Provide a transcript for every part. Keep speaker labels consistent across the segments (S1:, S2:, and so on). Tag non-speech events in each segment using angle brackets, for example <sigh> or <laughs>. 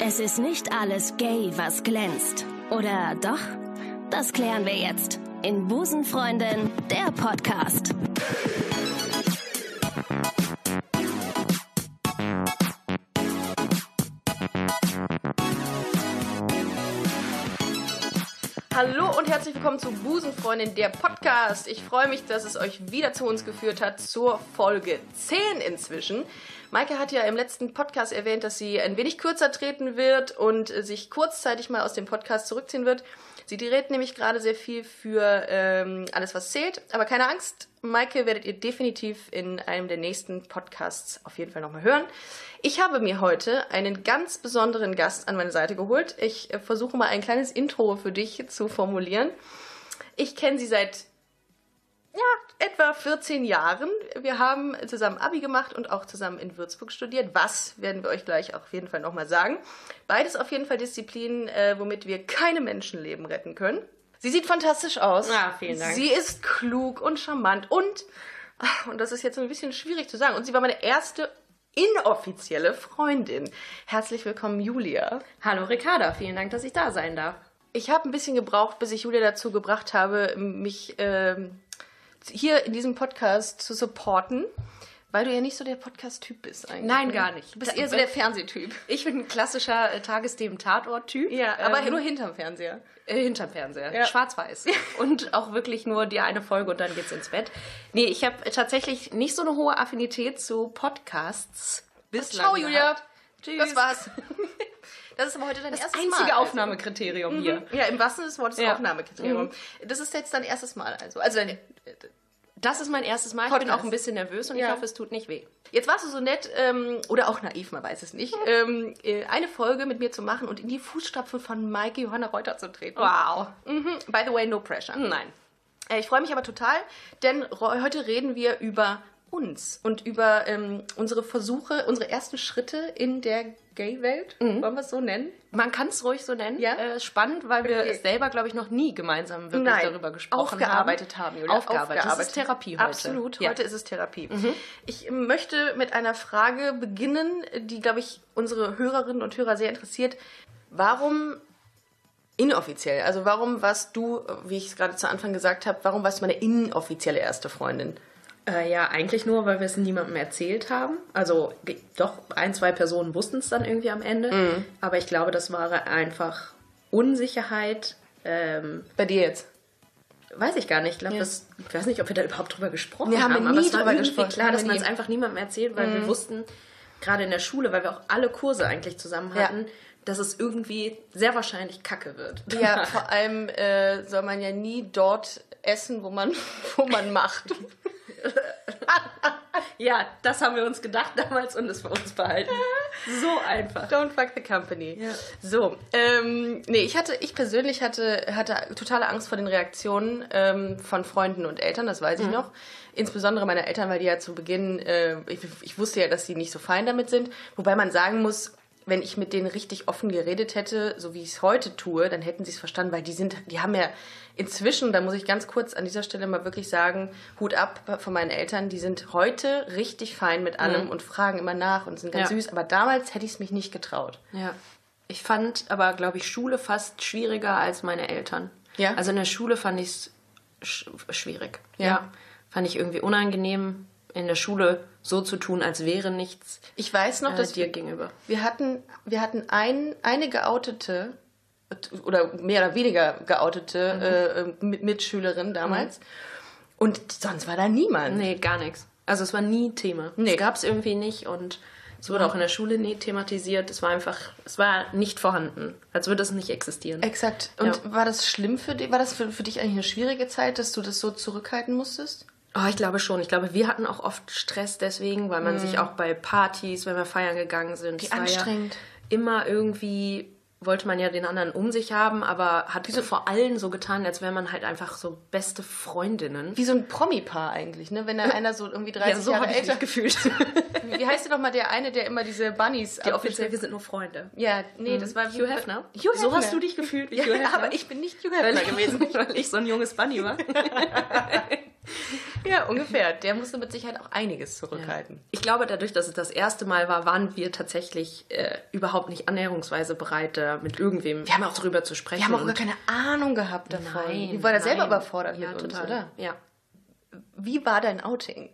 S1: Es ist nicht alles gay, was glänzt. Oder doch? Das klären wir jetzt in Busenfreundin, der Podcast.
S2: Hallo und herzlich willkommen zu Busenfreundin, der Podcast. Ich freue mich, dass es euch wieder zu uns geführt hat, zur Folge 10 inzwischen. Maike hat ja im letzten Podcast erwähnt, dass sie ein wenig kürzer treten wird und äh, sich kurzzeitig mal aus dem Podcast zurückziehen wird. Sie redet nämlich gerade sehr viel für ähm, alles, was zählt. Aber keine Angst, Maike werdet ihr definitiv in einem der nächsten Podcasts auf jeden Fall nochmal hören. Ich habe mir heute einen ganz besonderen Gast an meine Seite geholt. Ich äh, versuche mal ein kleines Intro für dich zu formulieren. Ich kenne sie seit ja, etwa 14 Jahren. Wir haben zusammen Abi gemacht und auch zusammen in Würzburg studiert. Was werden wir euch gleich auf jeden Fall nochmal sagen. Beides auf jeden Fall Disziplinen, äh, womit wir keine Menschenleben retten können. Sie sieht fantastisch aus.
S3: Ah, vielen Dank.
S2: Sie ist klug und charmant und, und das ist jetzt ein bisschen schwierig zu sagen, und sie war meine erste inoffizielle Freundin. Herzlich willkommen, Julia.
S3: Hallo Ricarda, vielen Dank, dass ich da sein darf.
S2: Ich habe ein bisschen gebraucht, bis ich Julia dazu gebracht habe, mich ähm, hier in diesem Podcast zu supporten, weil du ja nicht so der Podcast-Typ bist eigentlich.
S3: Nein,
S2: ne?
S3: gar nicht.
S2: Du bist eher so der Fernsehtyp.
S3: Ich bin ein klassischer äh, Tagesthemen-Tatort-Typ.
S2: aber
S3: ähm,
S2: nur hinterm Fernseher.
S3: äh, hinterm Fernseher.
S2: Ja.
S3: Schwarz-weiß. Und auch wirklich nur die eine Folge und dann geht's ins Bett. Nee, ich habe tatsächlich nicht so eine hohe Affinität zu Podcasts. Bislang.
S2: Ciao, Julia.
S3: gehabt. Tschüss.
S2: Das war's. <laughs> Das ist aber heute dein
S3: Das
S2: erstes
S3: einzige
S2: Mal. also.
S3: Aufnahmekriterium hier.
S2: Ja, Mhm. im wahrsten Sinne des Wortes
S3: Ja.
S2: Aufnahmekriterium. Das ist jetzt dein erstes Mal also. Also dein,
S3: Das ist mein erstes Mal. Ich bin
S2: Podcast.
S3: auch ein bisschen nervös und
S2: Ja.
S3: ich hoffe, es tut nicht weh.
S2: Jetzt warst du so nett, ähm, oder auch naiv, man weiß es nicht, ähm, äh, eine Folge mit mir zu machen und in die Fußstapfen von Maike Johanna Reuter zu treten.
S3: Wow. Hm,
S2: Mhm. By the way, no pressure.
S3: Nein.
S2: Äh, ich freue mich aber total, denn ro- heute reden wir über uns und über ähm, unsere Versuche, unsere ersten Schritte in der Gay-Welt.
S3: Mhm.
S2: Wollen wir es so nennen?
S3: Man kann es ruhig so nennen.
S2: Ja?
S3: Äh, spannend, weil wir
S2: Okay.
S3: es selber, glaube ich, noch nie gemeinsam wirklich darüber gesprochen
S2: aufgearbeitet haben. Julia.
S3: Aufgearbeitet. Das ist Therapie heute.
S2: Absolut,
S3: Ja.
S2: heute Mhm. ist es Therapie. Ich möchte mit einer Frage beginnen, die, glaube ich, unsere Hörerinnen und Hörer sehr interessiert. Warum inoffiziell? Also warum warst du, wie ich es gerade zu Anfang gesagt habe, warum warst du meine inoffizielle erste Freundin?
S3: Äh, ja, eigentlich nur, weil wir es niemandem erzählt haben. Also ge- doch, ein, zwei Personen wussten es dann irgendwie am Ende. Aber ich glaube, das war einfach Unsicherheit. Ähm,
S2: Bei dir jetzt?
S3: weiß ich gar nicht. Ich, glaub,
S2: Ja.
S3: das, ich weiß nicht, ob wir da überhaupt drüber gesprochen
S2: Wir haben
S3: haben.
S2: nie
S3: aber es war
S2: drüber
S3: irgendwie
S2: gesprochen.
S3: klar,
S2: Haben
S3: dass
S2: wir
S3: man
S2: nie.
S3: es einfach niemandem erzählt, weil wir wussten, gerade in der Schule, weil wir auch alle Kurse eigentlich zusammen
S2: Ja.
S3: hatten, dass es irgendwie sehr wahrscheinlich kacke wird.
S2: <laughs>
S3: <laughs>
S2: Ja, vor allem äh, soll man ja nie dort essen, wo man, <laughs> wo man macht.
S3: Ja, das haben wir uns gedacht damals und es für uns <laughs> behalten. So einfach.
S2: Don't fuck the company.
S3: Ja.
S2: So, ähm, nee, ich hatte, ich persönlich hatte, hatte totale Angst vor den Reaktionen ähm, von Freunden und Eltern, das weiß ich noch. Insbesondere meine Eltern, weil die ja zu Beginn, äh, ich, ich wusste ja, dass sie nicht so fein damit sind. Wobei man sagen muss, wenn ich mit denen richtig offen geredet hätte, so wie ich es heute tue, dann hätten sie es verstanden, weil die sind, die haben ja inzwischen, da muss ich ganz kurz an dieser Stelle mal wirklich sagen, Hut ab von meinen Eltern, die sind heute richtig fein mit allem und fragen immer nach und sind ganz
S3: Ja.
S2: süß, aber damals hätte ich es mich nicht getraut.
S3: Ja. Ich fand aber, glaube ich, Schule fast schwieriger als meine Eltern.
S2: Ja?
S3: Also in der Schule fand ich es sch schwierig.
S2: Ja.
S3: Fand ich irgendwie unangenehm, in der Schule so zu tun, als wäre nichts
S2: Ich weiß noch,
S3: äh,
S2: dass
S3: dir
S2: wir,
S3: gegenüber.
S2: wir hatten, wir hatten ein, eine geoutete oder mehr oder weniger geoutete äh, äh, Mit- Mitschülerin damals. Und sonst war da niemand.
S3: Nee, gar nichts. Also es war nie Thema.
S2: Nee.
S3: Es gab es irgendwie nicht und es wurde auch in der Schule nie thematisiert. Es war einfach, es war nicht vorhanden. Als würde es nicht existieren.
S2: Exakt. Und
S3: Ja.
S2: war das schlimm für dich? War das für, für dich eigentlich eine schwierige Zeit, dass du das so zurückhalten musstest?
S3: Oh, ich glaube schon. Ich glaube, wir hatten auch oft Stress deswegen, weil
S2: Mhm.
S3: man sich auch bei Partys, wenn wir feiern gegangen sind, es war
S2: anstrengend.
S3: Ja immer irgendwie wollte man ja den anderen um sich haben, aber hat so vor allen so getan, als wären man halt einfach so beste Freundinnen.
S2: Wie so ein Promi-Paar eigentlich, ne? <laughs> Wenn da einer so irgendwie 30 Jahre
S3: hab
S2: älter.
S3: mich gefühlt.
S2: <laughs> Wie heißt denn nochmal der eine, der immer diese Bunnies
S3: Die offiziell, wir sind nur Freunde.
S2: Ja, nee, das war
S3: Hugh Hefner?
S2: Mhm. Hugh
S3: So hast
S2: Hefner.
S3: du dich gefühlt
S2: <laughs>
S3: wie
S2: Ja,
S3: Hugh
S2: <laughs>
S3: Hefner. <laughs>
S2: aber ich bin nicht Hugh
S3: weil
S2: Hefner
S3: ich,
S2: gewesen.
S3: weil ich so ein junges Bunny war.
S2: Ja, ungefähr. Der musste mit Sicherheit auch einiges zurückhalten.
S3: Ich glaube, dadurch, dass es das erste Mal war, waren wir tatsächlich äh, überhaupt nicht annäherungsweise bereit, da mit irgendwem
S2: Wir haben auch-
S3: drüber zu sprechen.
S2: Wir haben auch gar
S3: und-
S2: keine Ahnung gehabt davon.
S3: Nein,
S2: du warst ja selber
S3: nein.
S2: überfordert
S3: ja,
S2: mit
S3: total.
S2: uns, oder?
S3: Ja.
S2: Wie war dein
S3: <laughs>
S2: Outing?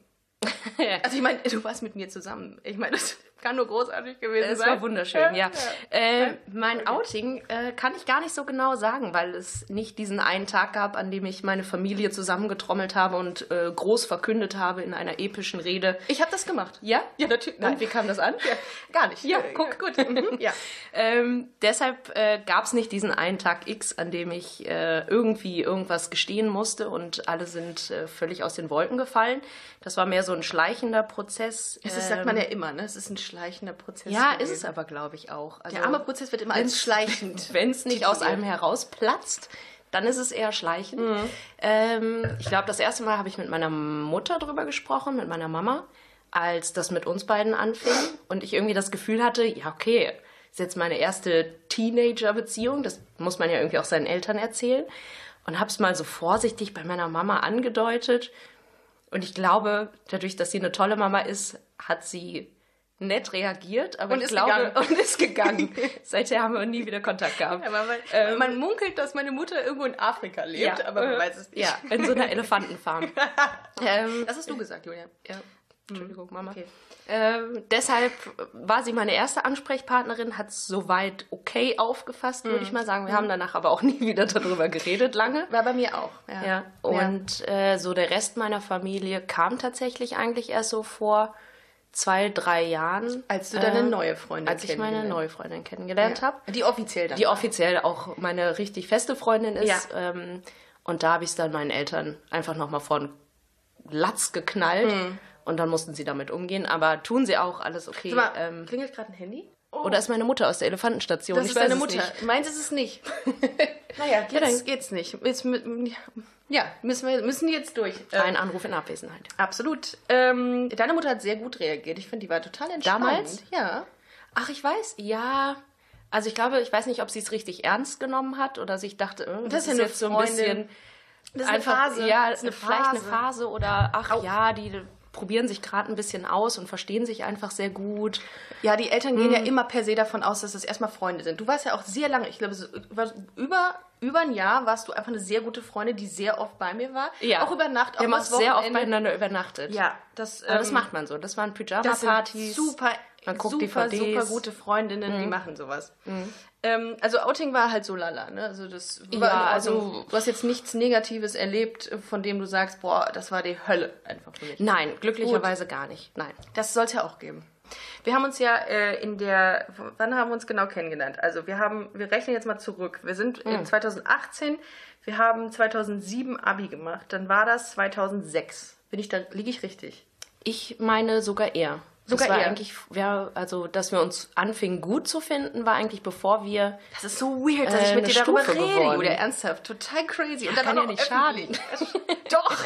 S2: also ich meine, du warst mit mir zusammen. Ich meine, das kann nur großartig gewesen
S3: Es
S2: sein.
S3: war wunderschön, <laughs> ja. Äh, mein Outing äh, kann ich gar nicht so genau sagen, weil es nicht diesen einen Tag gab, an dem ich meine Familie zusammengetrommelt habe und äh, groß verkündet habe in einer epischen Rede.
S2: Ich habe das gemacht.
S3: Ja?
S2: Ja, natürlich.
S3: Und wie kam das an?
S2: Ja, <laughs> gar nicht.
S3: Ja, <laughs>
S2: Äh,
S3: guck.
S2: Gut. Mhm, <laughs> ja.
S3: Ähm, deshalb äh, gab es nicht diesen einen Tag X, an dem ich äh, irgendwie irgendwas gestehen musste und alle sind äh, völlig aus den Wolken gefallen. Das war mehr so ein schleichender Prozess.
S2: Das ist,
S3: Ähm,
S2: sagt man ja immer, ne? Es ist ein schleichender Prozess.
S3: ja, ist
S2: gewesen.
S3: es aber, glaube ich, auch. Also,
S2: Der arme Prozess wird immer als
S3: <laughs>
S2: schleichend.
S3: Wenn es nicht aus
S2: tituliert.
S3: einem herausplatzt, dann ist es eher schleichend.
S2: Mhm.
S3: Ähm, ich glaube, das erste Mal habe ich mit meiner Mutter drüber gesprochen, mit meiner Mama, als das mit uns beiden anfing und ich irgendwie das Gefühl hatte, ja, okay, ist jetzt meine erste Teenager-Beziehung, das muss man ja irgendwie auch seinen Eltern erzählen. Und habe es mal so vorsichtig bei meiner Mama angedeutet. Und ich glaube, dadurch, dass sie eine tolle Mama ist, hat sie nett reagiert, aber
S2: Und
S3: ich
S2: ist
S3: glaube
S2: gegangen.
S3: und
S2: <laughs>
S3: ist gegangen. Seither haben wir nie wieder Kontakt gehabt.
S2: Aber man,
S3: Ähm,
S2: man munkelt, dass meine Mutter irgendwo in Afrika lebt, aber man
S3: äh,
S2: weiß es nicht.
S3: Ja, in so einer
S2: <laughs>
S3: Elefantenfarm. ähm,
S2: Das hast du gesagt, Julia. Mhm.
S3: ja. Entschuldigung, Mama.
S2: Okay.
S3: Ähm, deshalb war sie meine erste Ansprechpartnerin, hat es soweit okay aufgefasst, würde
S2: Mhm.
S3: ich mal sagen. Wir haben danach aber auch nie wieder darüber geredet, lange.
S2: War bei mir auch.
S3: Ja. Und Äh, so der Rest meiner Familie kam tatsächlich eigentlich erst so vor zwei, drei Jahren. ähm,
S2: Als du deine neue Freundin
S3: Äh, Als ich meine
S2: kennengelernt-
S3: neue Freundin kennengelernt habe.
S2: Die offiziell dann.
S3: <laughs> Die offiziell auch meine richtig feste Freundin ist. Ähm, und da habe ich es dann meinen Eltern einfach nochmal von Latz geknallt. Und dann mussten sie damit umgehen. Aber tun sie auch, alles okay.
S2: Sag mal,
S3: ähm,
S2: klingelt gerade ein Handy?
S3: oder ist meine Mutter aus der Elefantenstation?
S2: Das
S3: Ich
S2: ist
S3: weiß
S2: deine
S3: es
S2: Mutter.
S3: nicht.
S2: Meins ist es
S3: <laughs>
S2: nicht. naja, jetzt
S3: dann-
S2: geht's nicht. Jetzt, mü- ja, müssen wir müssen jetzt durch. Äh,
S3: Ein Anruf in Abwesenheit.
S2: Absolut. Ähm, deine Mutter hat sehr gut reagiert. Ich finde, die war total entspannt.
S3: Damals?
S2: Ja.
S3: Ach, ich weiß, ja. Also ich glaube, ich weiß nicht, ob sie es richtig ernst genommen hat oder sich dachte, äh,
S2: Das
S3: das,
S2: ist ja
S3: ist
S2: nur
S3: jetzt so ein
S2: Freundin.
S3: bisschen
S2: Das ist
S3: einfach,
S2: eine Phase.
S3: ja,
S2: das ist eine
S3: vielleicht
S2: Phase.
S3: eine Phase oder ach ja, die probieren sich gerade ein bisschen aus und verstehen sich einfach sehr gut.
S2: Ja, die Eltern gehen
S3: Hm.
S2: ja immer per se davon aus, dass es erstmal Freunde sind. Du warst ja auch sehr lange, ich glaube, so über, über, über ein Jahr warst du einfach eine sehr gute Freundin, die sehr oft bei mir war. Auch über Nacht, auch
S3: Wir haben auch
S2: übers
S3: sehr oft
S2: Wochenende.
S3: beieinander übernachtet.
S2: Ja, das,
S3: Aber das
S2: ähm,
S3: macht man so. Das waren
S2: Das sind
S3: Pyjama-Partys.
S2: super,
S3: Man guckt Hm.
S2: super,
S3: DVDs.
S2: super gute Freundinnen, die machen sowas.
S3: Hm.
S2: Ähm, also Outing war halt so lala, ne? Also das war in
S3: Ja,
S2: Ordnung.
S3: also-
S2: du hast jetzt nichts Negatives erlebt, von dem du sagst, boah, das war die Hölle einfach für mich.
S3: Nein, glücklicherweise gar nicht. Nein.
S2: Das soll es ja auch geben. Wir haben uns ja äh, in der, wann haben wir uns genau kennengelernt? Also wir haben, wir rechnen jetzt mal zurück. Wir sind in 2018, wir haben 2007 Abi gemacht, dann war das 2006. Bin ich da, liege ich richtig?
S3: Ich meine sogar eher.
S2: Sogar
S3: das war
S2: eher.
S3: eigentlich, ja, also dass wir uns anfingen gut zu finden, war eigentlich bevor wir
S2: Das ist so weird,
S3: Äh, eine Stufe geworden.
S2: Julia, ernsthaft. Total crazy. Und
S3: kann
S2: auch noch
S3: ja nicht
S2: öffentlich. <laughs> doch,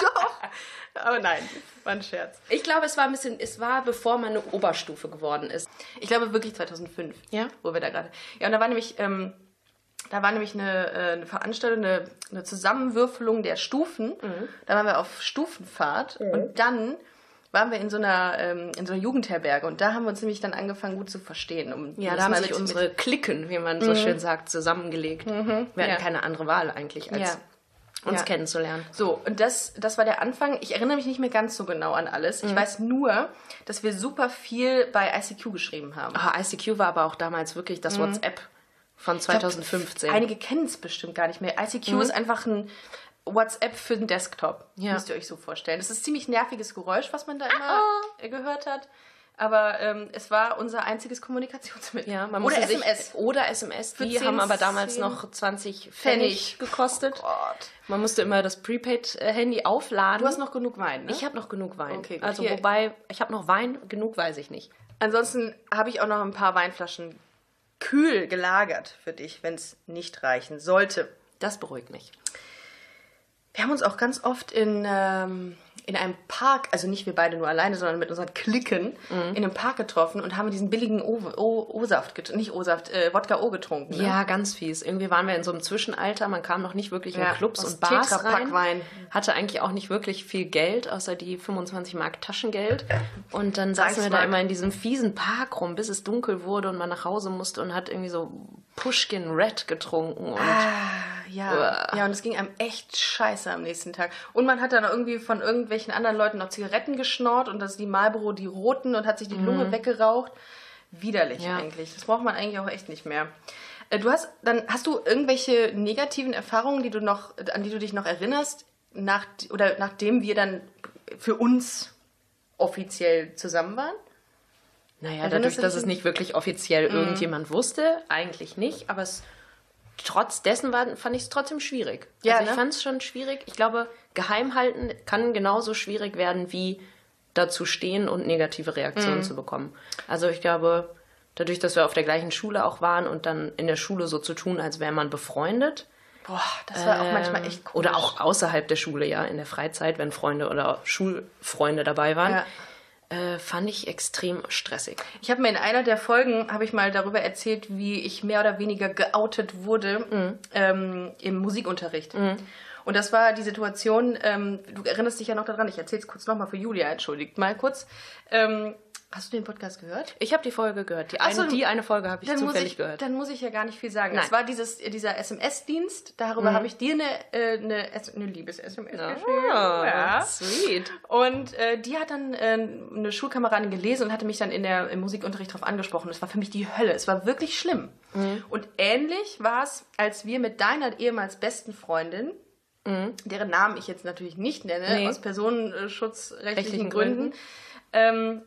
S2: doch. <laughs> Aber nein, war ein Scherz.
S3: Ich glaube, es war ein bisschen, es war bevor meine Oberstufe geworden ist.
S2: Ich glaube wirklich 2005.
S3: Ja?
S2: Wo wir da gerade. Ja, und da war nämlich, ähm, da war nämlich eine, äh, eine Veranstaltung, eine, eine Zusammenwürfelung der Stufen.
S3: Mhm.
S2: Da waren wir auf Stufenfahrt und dann waren wir in so einer ähm, in so einer Jugendherberge und da haben wir uns nämlich dann angefangen gut zu verstehen. Um
S3: Ja,
S2: um
S3: da
S2: das
S3: haben
S2: mal
S3: sich
S2: mit- Mhm.
S3: unsere Klicken, wie man so schön sagt, zusammengelegt. Wir hatten
S2: ja.
S3: keine andere Wahl eigentlich, als
S2: Ja.
S3: uns
S2: Ja.
S3: kennenzulernen.
S2: So, und das, das war der Anfang. Ich erinnere mich nicht mehr ganz so genau an alles. Ich
S3: Mhm.
S2: weiß nur, dass wir super viel bei ICQ geschrieben haben.
S3: Ah, ICQ war aber auch damals wirklich das WhatsApp von
S2: Mhm. Ich glaub,
S3: 2015.
S2: Einige kennen es bestimmt gar nicht mehr. ICQ ist einfach ein WhatsApp für den Desktop.
S3: Mhm. Ja.
S2: Müsst ihr euch so vorstellen. Das ist ein ziemlich nerviges Geräusch, was man da immer
S3: Ah.
S2: äh, gehört hat. Aber ähm, es war unser einziges Kommunikationsmittel.
S3: ja, man
S2: Oder
S3: musste
S2: SMS.
S3: Sich, oder SMS. Die
S2: 10,
S3: haben aber damals
S2: 10
S3: noch 20 Pfennig
S2: Pfennig. Oh
S3: gekostet.
S2: Gott.
S3: Man musste immer das Prepaid-Handy aufladen.
S2: Du hast noch genug Wein, ne?
S3: ich habe noch genug Wein.
S2: Okay, gut.
S3: also
S2: Hier-
S3: wobei, ich habe noch Wein, genug weiß ich nicht.
S2: Ansonsten habe ich auch noch ein paar Weinflaschen kühl gelagert für dich, wenn es nicht reichen sollte.
S3: Das beruhigt mich.
S2: Wir haben uns auch ganz oft in, ähm, in einem Park, also nicht wir beide nur alleine, sondern mit unseren Klicken,
S3: Mhm.
S2: in einem Park getroffen und haben diesen billigen O- O- O-Saft, get- nicht O-Saft, äh, Wodka-O getrunken. Ne?
S3: Ja, ganz fies. Irgendwie waren wir in so einem Zwischenalter, man kam noch nicht wirklich
S2: Ja,
S3: in Clubs
S2: aus
S3: und Bars
S2: Tetrapack
S3: rein,
S2: Wein.
S3: hatte eigentlich auch nicht wirklich viel Geld, außer die 25 Mark Taschengeld. Und dann saßen wir da
S2: Reichsmark.
S3: immer in diesem fiesen Park rum, bis es dunkel wurde und man nach Hause musste und hat irgendwie so Pushkin Red getrunken. Und
S2: Ja, ja, und es ging einem echt scheiße am nächsten Tag. Und man hat dann irgendwie von irgendwelchen anderen Leuten noch Zigaretten geschnort und das die Marlboro, die roten und hat sich die Lunge weggeraucht. Widerlich
S3: Mhm. Ja.
S2: eigentlich. Das braucht man eigentlich auch echt nicht mehr. Äh, Du hast dann hast du irgendwelche negativen Erfahrungen, die du noch an die du dich noch erinnerst, nach oder nachdem wir dann für uns offiziell zusammen waren?
S3: naja,
S2: Erinnerst
S3: dadurch,
S2: du
S3: dass
S2: dich
S3: es
S2: an-
S3: nicht wirklich offiziell
S2: Mhm.
S3: irgendjemand wusste, eigentlich nicht, aber es trotz dessen war, fand ich es trotzdem schwierig.
S2: Ja,
S3: also ich
S2: ne?
S3: fand es schon schwierig. Ich glaube, geheim halten kann genauso schwierig werden wie dazu stehen und negative Reaktionen
S2: Mhm.
S3: zu bekommen. Also ich glaube, dadurch, dass wir auf der gleichen Schule auch waren und dann in der Schule so zu tun, als wäre man befreundet.
S2: Boah, das war auch manchmal
S3: ähm,
S2: echt cool.
S3: Oder auch außerhalb der Schule, ja, in der Freizeit, wenn Freunde oder Schulfreunde dabei waren.
S2: Ja.
S3: Äh, fand ich extrem stressig.
S2: Ich habe mir in einer der Folgen habe ich mal darüber erzählt, wie ich mehr oder weniger geoutet wurde
S3: Mhm.
S2: ähm, im Musikunterricht. Und das war die Situation. Ähm, du erinnerst dich ja noch daran. Ich erzähle es kurz nochmal für Julia. Entschuldigt mal kurz. Ähm, hast du den Podcast gehört?
S3: Ich habe die Folge gehört. Die
S2: Ach
S3: eine,
S2: so,
S3: die eine Folge habe ich
S2: muss
S3: zufällig
S2: ich,
S3: gehört.
S2: dann muss ich ja gar nicht viel sagen.
S3: Nein. Mhm.
S2: Es war dieses, dieser SMS-Dienst. Darüber habe ich dir eine, äh, eine, S- eine Liebes-SMS geschrieben.
S3: Ah, Sweet.
S2: Und äh, die hat dann äh, eine Schulkameradin gelesen und hatte mich dann in der, im Musikunterricht darauf angesprochen. Das war für mich die Hölle. Es war wirklich schlimm.
S3: Mhm.
S2: Und ähnlich war es, als wir mit deiner ehemals besten Freundin, deren Namen ich jetzt natürlich nicht nenne,
S3: Mhm. Nee.
S2: aus personenschutzrechtlichen
S3: Rechtlichen
S2: Gründen,
S3: Gründen.
S2: ähm,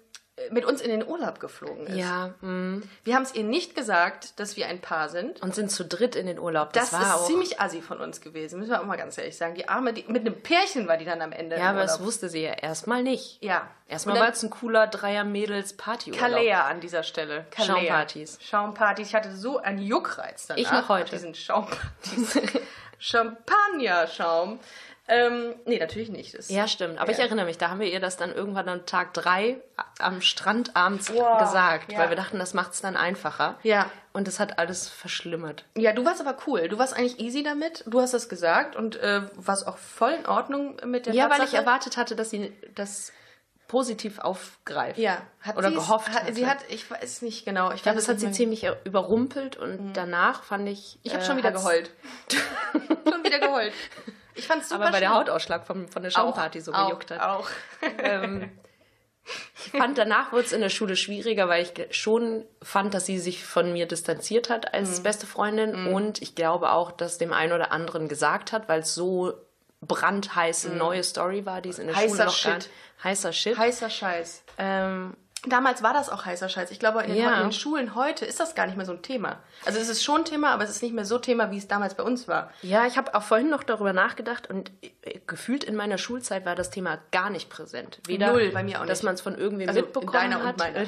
S2: mit uns in den Urlaub geflogen ist.
S3: Ja, mm.
S2: Wir haben es ihr nicht gesagt, dass wir ein Paar sind.
S3: und sind zu dritt in den Urlaub.
S2: Das,
S3: Das, war
S2: ist
S3: auch.
S2: ziemlich assi von uns gewesen, müssen wir auch mal ganz ehrlich sagen. Die Arme, die, mit einem Pärchen war die dann am Ende.
S3: ja,
S2: im
S3: aber das
S2: Urlaub.
S3: wusste sie ja erstmal nicht.
S2: ja.
S3: Erstmal
S2: Und dann-
S3: war es ein cooler Dreier-Mädels-Partyurlaub.
S2: Kalea an dieser Stelle. Kalea.
S3: Schaumpartys.
S2: Schaumpartys. Ich hatte so einen Juckreiz danach.
S3: Ich noch heute.
S2: nach Diesen Schaumpartys. <laughs> Champagner-Schaum. Ähm, nee, natürlich nicht. Das
S3: Ja, stimmt. Aber ich
S2: Ja.
S3: erinnere mich, da haben wir ihr das dann irgendwann am Tag drei a- am Strand abends
S2: Wow,
S3: gesagt,
S2: ja.
S3: weil wir dachten, das macht es dann einfacher.
S2: Ja.
S3: Und das hat alles verschlimmert.
S2: ja, du warst aber cool. Du warst eigentlich easy damit. Du hast das gesagt und äh, warst auch voll in Ordnung mit der
S3: Ja, weil ich
S2: Tatsache.
S3: erwartet hatte, dass sie das positiv aufgreift.
S2: Ja, hat
S3: Oder
S2: sie's-
S3: gehofft.
S2: Hat, sie
S3: natürlich.
S2: hat, ich weiß nicht genau. Ich
S3: Ja,
S2: weiß
S3: das
S2: es
S3: hat
S2: nicht
S3: sie
S2: mehr.
S3: ziemlich äh, überrumpelt und danach fand Mhm. ich.
S2: Ich habe
S3: äh,
S2: schon wieder
S3: hat's-
S2: geheult. <laughs> schon wieder geheult. Ich fand's super
S3: Aber weil der
S2: schlimm.
S3: Hautausschlag von, von der Schaumparty so
S2: auch,
S3: gejuckt hat.
S2: Auch.
S3: Ähm, ich fand, danach wurde es in der Schule schwieriger, weil ich ge- schon fand, dass sie sich von mir distanziert hat als beste Freundin. Und ich glaube auch, dass dem einen oder anderen gesagt hat, weil es so brandheiße neue Story war, die es in der
S2: Heißer
S3: Schule noch gar
S2: Shit.
S3: Heißer Shit.
S2: Heißer Scheiß.
S3: ähm,
S2: Damals war das auch heißer Scheiß. Ich glaube, in den,
S3: Ja.
S2: in den Schulen heute ist das gar nicht mehr so ein Thema. Also es ist schon ein Thema, aber es ist nicht mehr so Thema, wie es damals bei uns war.
S3: Ja, ich habe auch vorhin noch darüber nachgedacht und äh, gefühlt in meiner Schulzeit war das Thema gar nicht präsent. Weder,
S2: Null, bei mir auch
S3: dass
S2: nicht.
S3: man es von irgendwem
S2: Also in
S3: mitbekommen
S2: deiner
S3: hat,
S2: und meiner.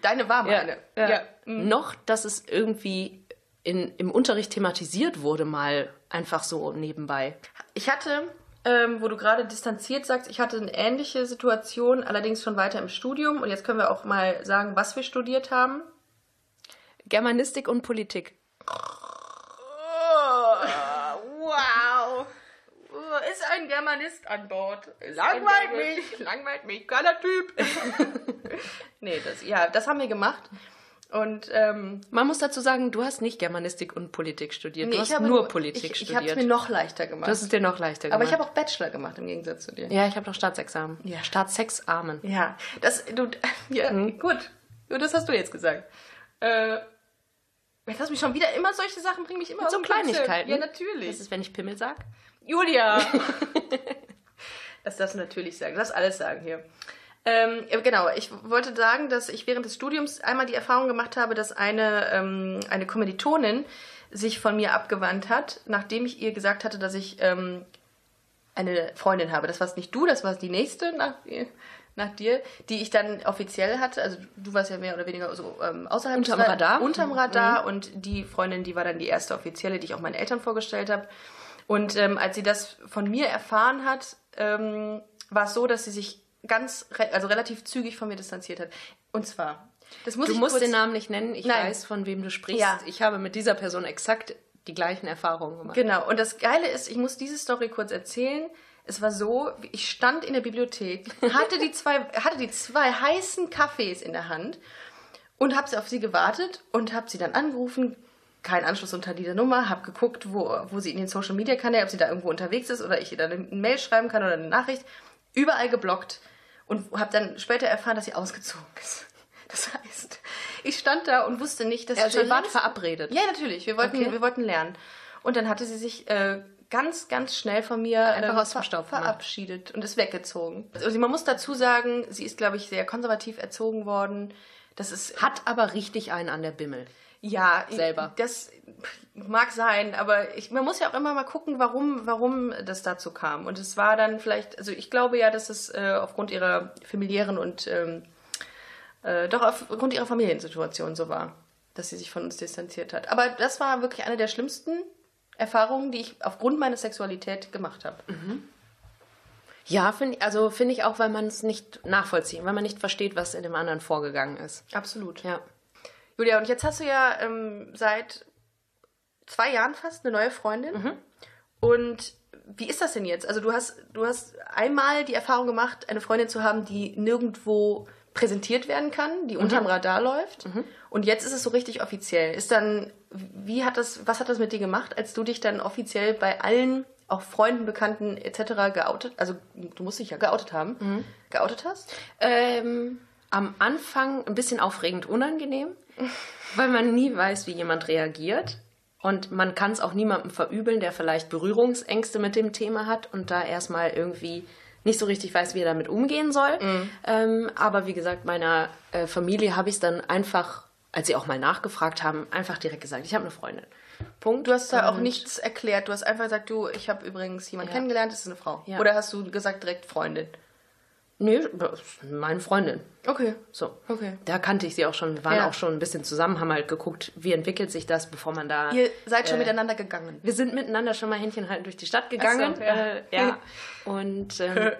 S2: Deine war
S3: ja,
S2: meine.
S3: ja.
S2: Mhm.
S3: noch, dass es irgendwie in, im Unterricht thematisiert wurde, mal einfach so nebenbei.
S2: Ich hatte, ähm, wo du gerade distanziert sagst, ich hatte eine ähnliche Situation, allerdings schon weiter im Studium. Und jetzt können wir auch mal sagen, was wir studiert haben.
S3: Germanistik und Politik.
S2: Wow. Ist ein Germanist an Bord. Langweilt mich. <laughs> Langweilt mich. Geiler Typ.
S3: <laughs>
S2: nee, das, ja, das haben wir gemacht. Und ähm,
S3: Man muss dazu sagen, du hast nicht Germanistik und Politik studiert,
S2: nee,
S3: du hast nur Politik
S2: ich, ich habe
S3: studiert.
S2: es mir noch leichter gemacht.
S3: das ist dir noch leichter
S2: Aber ich
S3: gemacht.
S2: habe auch Bachelor gemacht im Gegensatz zu dir.
S3: ja, ich habe noch Staatsexamen.
S2: Ja.
S3: Staatsexamen.
S2: Ja, das, du, <laughs> ja,
S3: Mhm.
S2: gut. Ja, Das hast du jetzt gesagt. Äh, jetzt hast du mich schon wieder immer solche Sachen, bringen mich immer aus
S3: So
S2: dem Konzept.
S3: Kleinigkeiten.
S2: Ja, natürlich.
S3: Das ist, wenn ich Pimmel sag.
S2: Julia! Lass <laughs> das natürlich sagen. Lass alles sagen hier. Ähm, ja, genau, ich wollte sagen, dass ich während des Studiums einmal die Erfahrung gemacht habe, dass eine, ähm, eine Kommilitonin sich von mir abgewandt hat, nachdem ich ihr gesagt hatte, dass ich ähm, eine Freundin habe. Das warst nicht du, das war die nächste nach, nach dir, die ich dann offiziell hatte. Also du warst ja mehr oder weniger so ähm, außerhalb
S3: Unterm
S2: des Ra-
S3: Radar. hm.
S2: Unterm Radar und die Freundin, die war dann die erste offizielle, die ich auch meinen Eltern vorgestellt habe. Und ähm, als sie das von mir erfahren hat, ähm, war es so, dass sie sich ganz, re also relativ zügig von mir distanziert hat. Und zwar, das muss
S3: Du
S2: ich
S3: musst
S2: kurz,
S3: den Namen nicht nennen, ich
S2: Nein.
S3: weiß, von wem du sprichst.
S2: Ja.
S3: Ich habe mit dieser Person exakt die gleichen Erfahrungen gemacht.
S2: Genau. Und das Geile ist, ich muss diese Story kurz erzählen. Es war so, ich stand in der Bibliothek, hatte die zwei, hatte die zwei heißen Kaffees in der Hand und habe auf sie gewartet und habe sie dann angerufen. Kein Anschluss unter dieser Nummer, habe geguckt, wo, wo sie in den Social Media Kanälen, ob sie da irgendwo unterwegs ist oder ich ihr dann eine Mail schreiben kann oder eine Nachricht. Überall geblockt und habe dann später erfahren, dass sie ausgezogen ist. Das heißt, ich stand da und wusste nicht, dass
S3: Also
S2: schon
S3: ihr wart
S2: längst-
S3: verabredet.
S2: ja, natürlich. Wir wollten,
S3: Okay.
S2: wir wollten lernen. Und dann hatte sie sich äh, ganz, ganz schnell von mir ähm,
S3: Einfach aus dem Staub gemacht.
S2: verabschiedet und ist weggezogen. Also man muss dazu sagen, sie ist, glaube ich, sehr konservativ erzogen worden. Das ist
S3: Hat aber richtig einen an der Bimmel.
S2: ja
S3: Selber.
S2: Das mag sein, aber ich, man muss ja auch immer mal gucken, warum, warum das dazu kam. Und es war dann vielleicht, also ich glaube ja, dass es äh, aufgrund ihrer familiären und ähm, äh, doch aufgrund ihrer Familiensituation so war, dass sie sich von uns distanziert hat. Aber das war wirklich eine der schlimmsten Erfahrungen, die ich aufgrund meiner Sexualität gemacht habe.
S3: Mhm. Ja, finde ich, also finde ich auch, weil man es nicht nachvollziehen, weil man nicht versteht, was in dem anderen vorgegangen ist.
S2: Absolut.
S3: Ja.
S2: Julia, und jetzt hast du ja ähm, seit zwei Jahren fast eine neue Freundin. Und wie ist das denn jetzt? Also du hast, du hast einmal die Erfahrung gemacht, eine Freundin zu haben, die nirgendwo präsentiert werden kann, die unterm Radar läuft. Und jetzt ist es so richtig offiziell. Ist dann, wie hat das, was hat das mit dir gemacht, als du dich dann offiziell bei allen, auch Freunden, Bekannten etc. geoutet, also du musst dich ja geoutet haben, geoutet hast?
S3: Ähm, am Anfang ein bisschen aufregend
S2: <laughs>
S3: unangenehm, weil man nie weiß, wie jemand reagiert. Und man kann es auch niemandem verübeln, der vielleicht Berührungsängste mit dem Thema hat und da erstmal irgendwie nicht so richtig weiß, wie er damit umgehen soll.
S2: Mhm.
S3: Ähm, aber wie gesagt, meiner äh, Familie habe ich es dann einfach, als sie auch mal nachgefragt haben, einfach direkt gesagt, ich habe eine Freundin. Punkt.
S2: Du hast da auch
S3: Und-
S2: nichts erklärt. Du hast einfach gesagt, du, ich habe übrigens jemanden
S3: Ja.
S2: kennengelernt, das ist eine Frau.
S3: Ja.
S2: Oder hast du gesagt direkt Freundin?
S3: Nö, das ist meine Freundin.
S2: Okay.
S3: So.
S2: Okay.
S3: Da kannte ich sie auch schon. Wir waren
S2: Ja.
S3: auch schon ein bisschen zusammen, haben halt geguckt, wie entwickelt sich das, bevor man da.
S2: Ihr seid schon
S3: äh,
S2: miteinander gegangen.
S3: Wir sind miteinander schon mal Händchen halten durch die Stadt
S2: Ach so,
S3: gegangen.
S2: ja.
S3: Äh, ja.
S2: <laughs>
S3: Und ähm,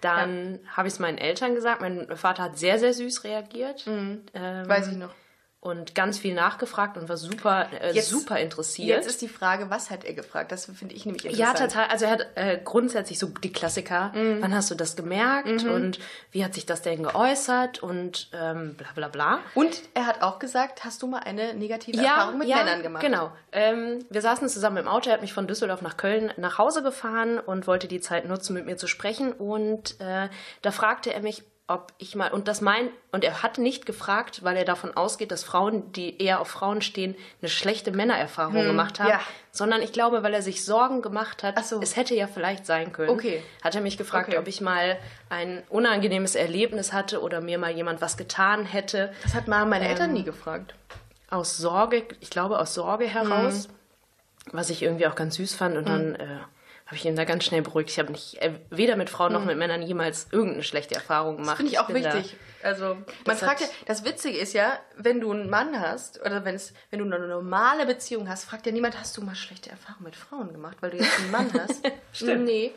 S3: dann habe ich es meinen Eltern gesagt. Mein Vater hat sehr, sehr süß reagiert.
S2: Mhm.
S3: Ähm,
S2: Weiß ich noch.
S3: Und ganz viel nachgefragt und war super, äh,
S2: Jetzt-
S3: super interessiert.
S2: Jetzt ist die Frage, was hat er gefragt? Das finde ich nämlich
S3: Ja,
S2: interessant. Mhm.
S3: total. Also er hat äh, grundsätzlich so die Klassiker. Wann hast du das gemerkt und wie hat sich das denn geäußert und ähm, bla bla bla.
S2: Und er hat auch gesagt, hast du mal eine negative Erfahrung mit Männern gemacht?
S3: Genau. Ähm, wir saßen zusammen im Auto, er hat mich von Düsseldorf nach Köln nach Hause gefahren und wollte die Zeit nutzen, mit mir zu sprechen. Und äh, da fragte er mich, ob ich mal, und das mein, und er hat nicht gefragt, weil er davon ausgeht, dass Frauen, die eher auf Frauen stehen, eine schlechte Männererfahrung gemacht haben,
S2: Hm, ja.
S3: sondern ich glaube, weil er sich Sorgen gemacht hat,
S2: Ach so.
S3: es hätte ja vielleicht sein können.
S2: Okay.
S3: Hat er mich gefragt,
S2: Okay.
S3: ob ich mal ein unangenehmes Erlebnis hatte oder mir mal jemand was getan hätte
S2: Das hat mal meine
S3: Ähm,
S2: Eltern nie gefragt.
S3: aus Sorge, ich glaube aus Sorge
S2: Mhm.
S3: heraus, was ich irgendwie auch ganz süß fand. Und dann äh, habe ich ihn da ganz schnell beruhigt. Ich habe nicht äh, weder mit Frauen noch mit Männern jemals irgendeine schlechte Erfahrung gemacht.
S2: Finde Mhm. ich auch
S3: bin da-
S2: wichtig. Also, man
S3: Das
S2: fragt ja,
S3: hat-
S2: das Witzige ist ja, wenn du einen Mann hast oder wenn's, wenn du eine normale Beziehung hast, fragt ja niemand, hast du mal schlechte Erfahrungen mit Frauen gemacht, weil du jetzt einen
S3: <laughs>
S2: Mann hast? Stimmt. Nee.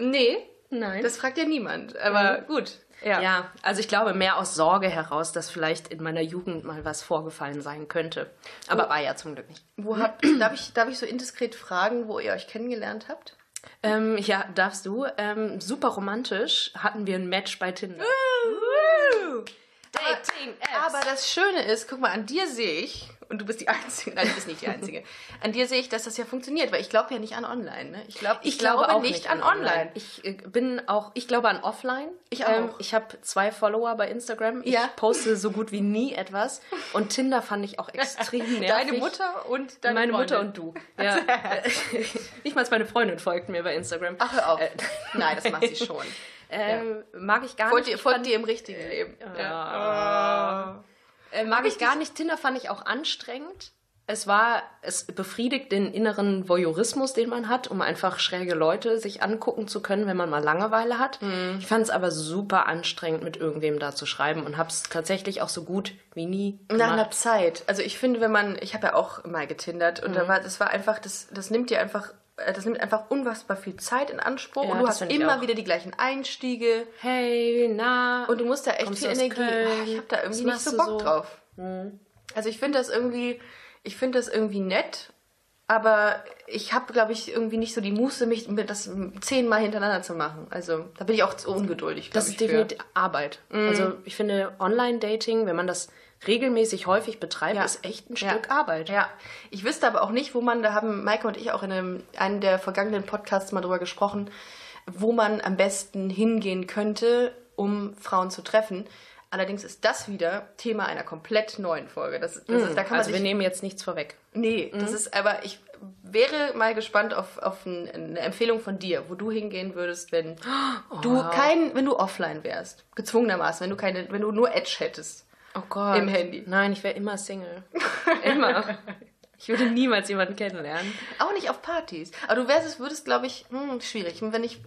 S2: Nee.
S3: Nein.
S2: Das fragt ja niemand. Aber gut.
S3: Mhm. ja. also ich glaube mehr aus Sorge heraus, dass vielleicht in meiner Jugend mal was vorgefallen sein könnte.
S2: Oh.
S3: Aber war ja zum Glück nicht.
S2: Wo habt, <clears throat> darf, ich, darf ich so indiskret fragen, wo ihr euch kennengelernt habt?
S3: Ähm, ja, darfst du. Ähm, super romantisch hatten wir ein Match bei Tinder.
S2: <laughs>
S3: Dating-Apps.
S2: Ah, Aber das Schöne ist, guck mal, an dir sehe ich, und du bist die <laughs> Einzige, nein, du bist nicht die Einzige, an dir sehe ich, dass das ja funktioniert, weil ich glaube ja nicht an Online. Ne? Ich, glaub,
S3: Ich glaube, auch nicht, an online.
S2: Ich,
S3: Ich äh, bin auch, ich glaube an offline. Ähm,
S2: Ich auch.
S3: ich habe zwei Follower bei Instagram.
S2: Ja.
S3: Ich poste so gut wie nie etwas. Und Tinder fand ich auch extrem
S2: <laughs>
S3: nervig.
S2: deine Mutter und deine
S3: meine Mutter
S2: Freundin.
S3: und du.
S2: <laughs>
S3: Ja. <laughs> nicht mal meine Freundin folgt mir bei Instagram.
S2: Ach,
S3: <laughs>
S2: hör auf.
S3: Äh,
S2: Nein, das macht sie schon.
S3: Ähm, Mag ich gar
S2: Folgt
S3: nicht.
S2: ihr, folgt ihr im richtigen Leben.
S3: Äh, mag ich gar nicht. Tinder fand ich auch anstrengend. Es war, es befriedigt den inneren Voyeurismus, den man hat, um einfach schräge Leute sich angucken zu können, wenn man mal Langeweile hat.
S2: Mhm.
S3: Ich fand es aber super anstrengend, mit irgendwem da zu schreiben und hab's tatsächlich auch so gut wie nie
S2: Nach einer
S3: gemacht. Mhm.
S2: Zeit. Also ich finde, wenn man, ich habe ja auch mal getindert und da war, das war einfach, das, das nimmt dir einfach äh, das nimmt einfach unfassbar viel Zeit in Anspruch
S3: Ja,
S2: und du
S3: das
S2: hast
S3: find ich
S2: immer
S3: auch.
S2: wieder die gleichen Einstiege
S3: Hey, na.
S2: und du musst da echt
S3: Kommst
S2: viel
S3: du aus
S2: Energie. Ah,
S3: Köln?
S2: ich habe da irgendwie
S3: Was
S2: nicht so
S3: machst du
S2: Bock
S3: so? Mhm.
S2: drauf. Also ich finde das irgendwie, ich finde das irgendwie nett, aber ich habe, glaube ich, irgendwie nicht so die Muße, mich mit das zehnmal hintereinander zu machen. Also da bin ich auch zu ungeduldig. glaub
S3: Das
S2: ich, Mhm.
S3: ist
S2: für.
S3: definitiv Arbeit. Also ich finde Online-Dating, wenn man das regelmäßig häufig betreibt,
S2: Ja.
S3: ist echt ein
S2: Ja.
S3: Stück Arbeit.
S2: Ja, ich wüsste aber auch nicht, wo man, da haben Maike und ich auch in einem, einem der vergangenen Podcasts mal drüber gesprochen, wo man am besten hingehen könnte, um Frauen zu treffen. Allerdings ist das wieder Thema einer komplett neuen Folge. Das, das ist, da kann man
S3: also wir
S2: sich,
S3: nehmen Hm? jetzt nichts vorweg.
S2: nee, das ist, aber ich wäre mal gespannt auf, auf ein, eine Empfehlung von dir, wo du hingehen würdest, wenn
S3: Oh.
S2: du kein, wenn du offline wärst, gezwungenermaßen, wenn du keine, wenn du nur Edge hättest.
S3: Oh Gott.
S2: Im Handy.
S3: Nein, ich wäre
S2: <laughs>
S3: immer Single. immer. Ich würde niemals jemanden kennenlernen.
S2: Auch nicht auf Partys. Aber du wärst es, würdest, glaube ich, hm, schwierig. Und wenn ich,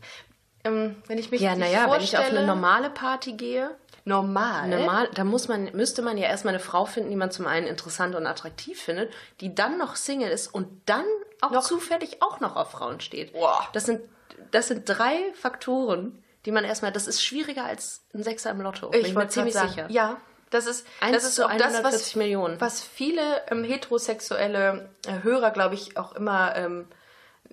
S2: ähm, wenn ich mich
S3: Ja,
S2: dich
S3: naja, wenn ich auf eine
S2: vorstelle-
S3: normale Party gehe,
S2: normal.
S3: normal, da muss man, müsste man ja erstmal eine Frau finden, die man zum einen interessant und attraktiv findet, die dann noch Single ist und dann auch
S2: Noch-
S3: zufällig auch noch auf Frauen steht.
S2: Boah.
S3: Das sind, das sind drei Faktoren, die man erstmal, das ist schwieriger als ein Sechser im Lotto. bin
S2: ich
S3: mir
S2: wollte
S3: ziemlich
S2: sagen,
S3: sicher.
S2: Ja, das ist,
S3: Eins
S2: das ist
S3: zu
S2: auch das, was,
S3: 140 Millionen.
S2: was viele ähm, heterosexuelle äh, Hörer, glaube ich, auch immer, ähm,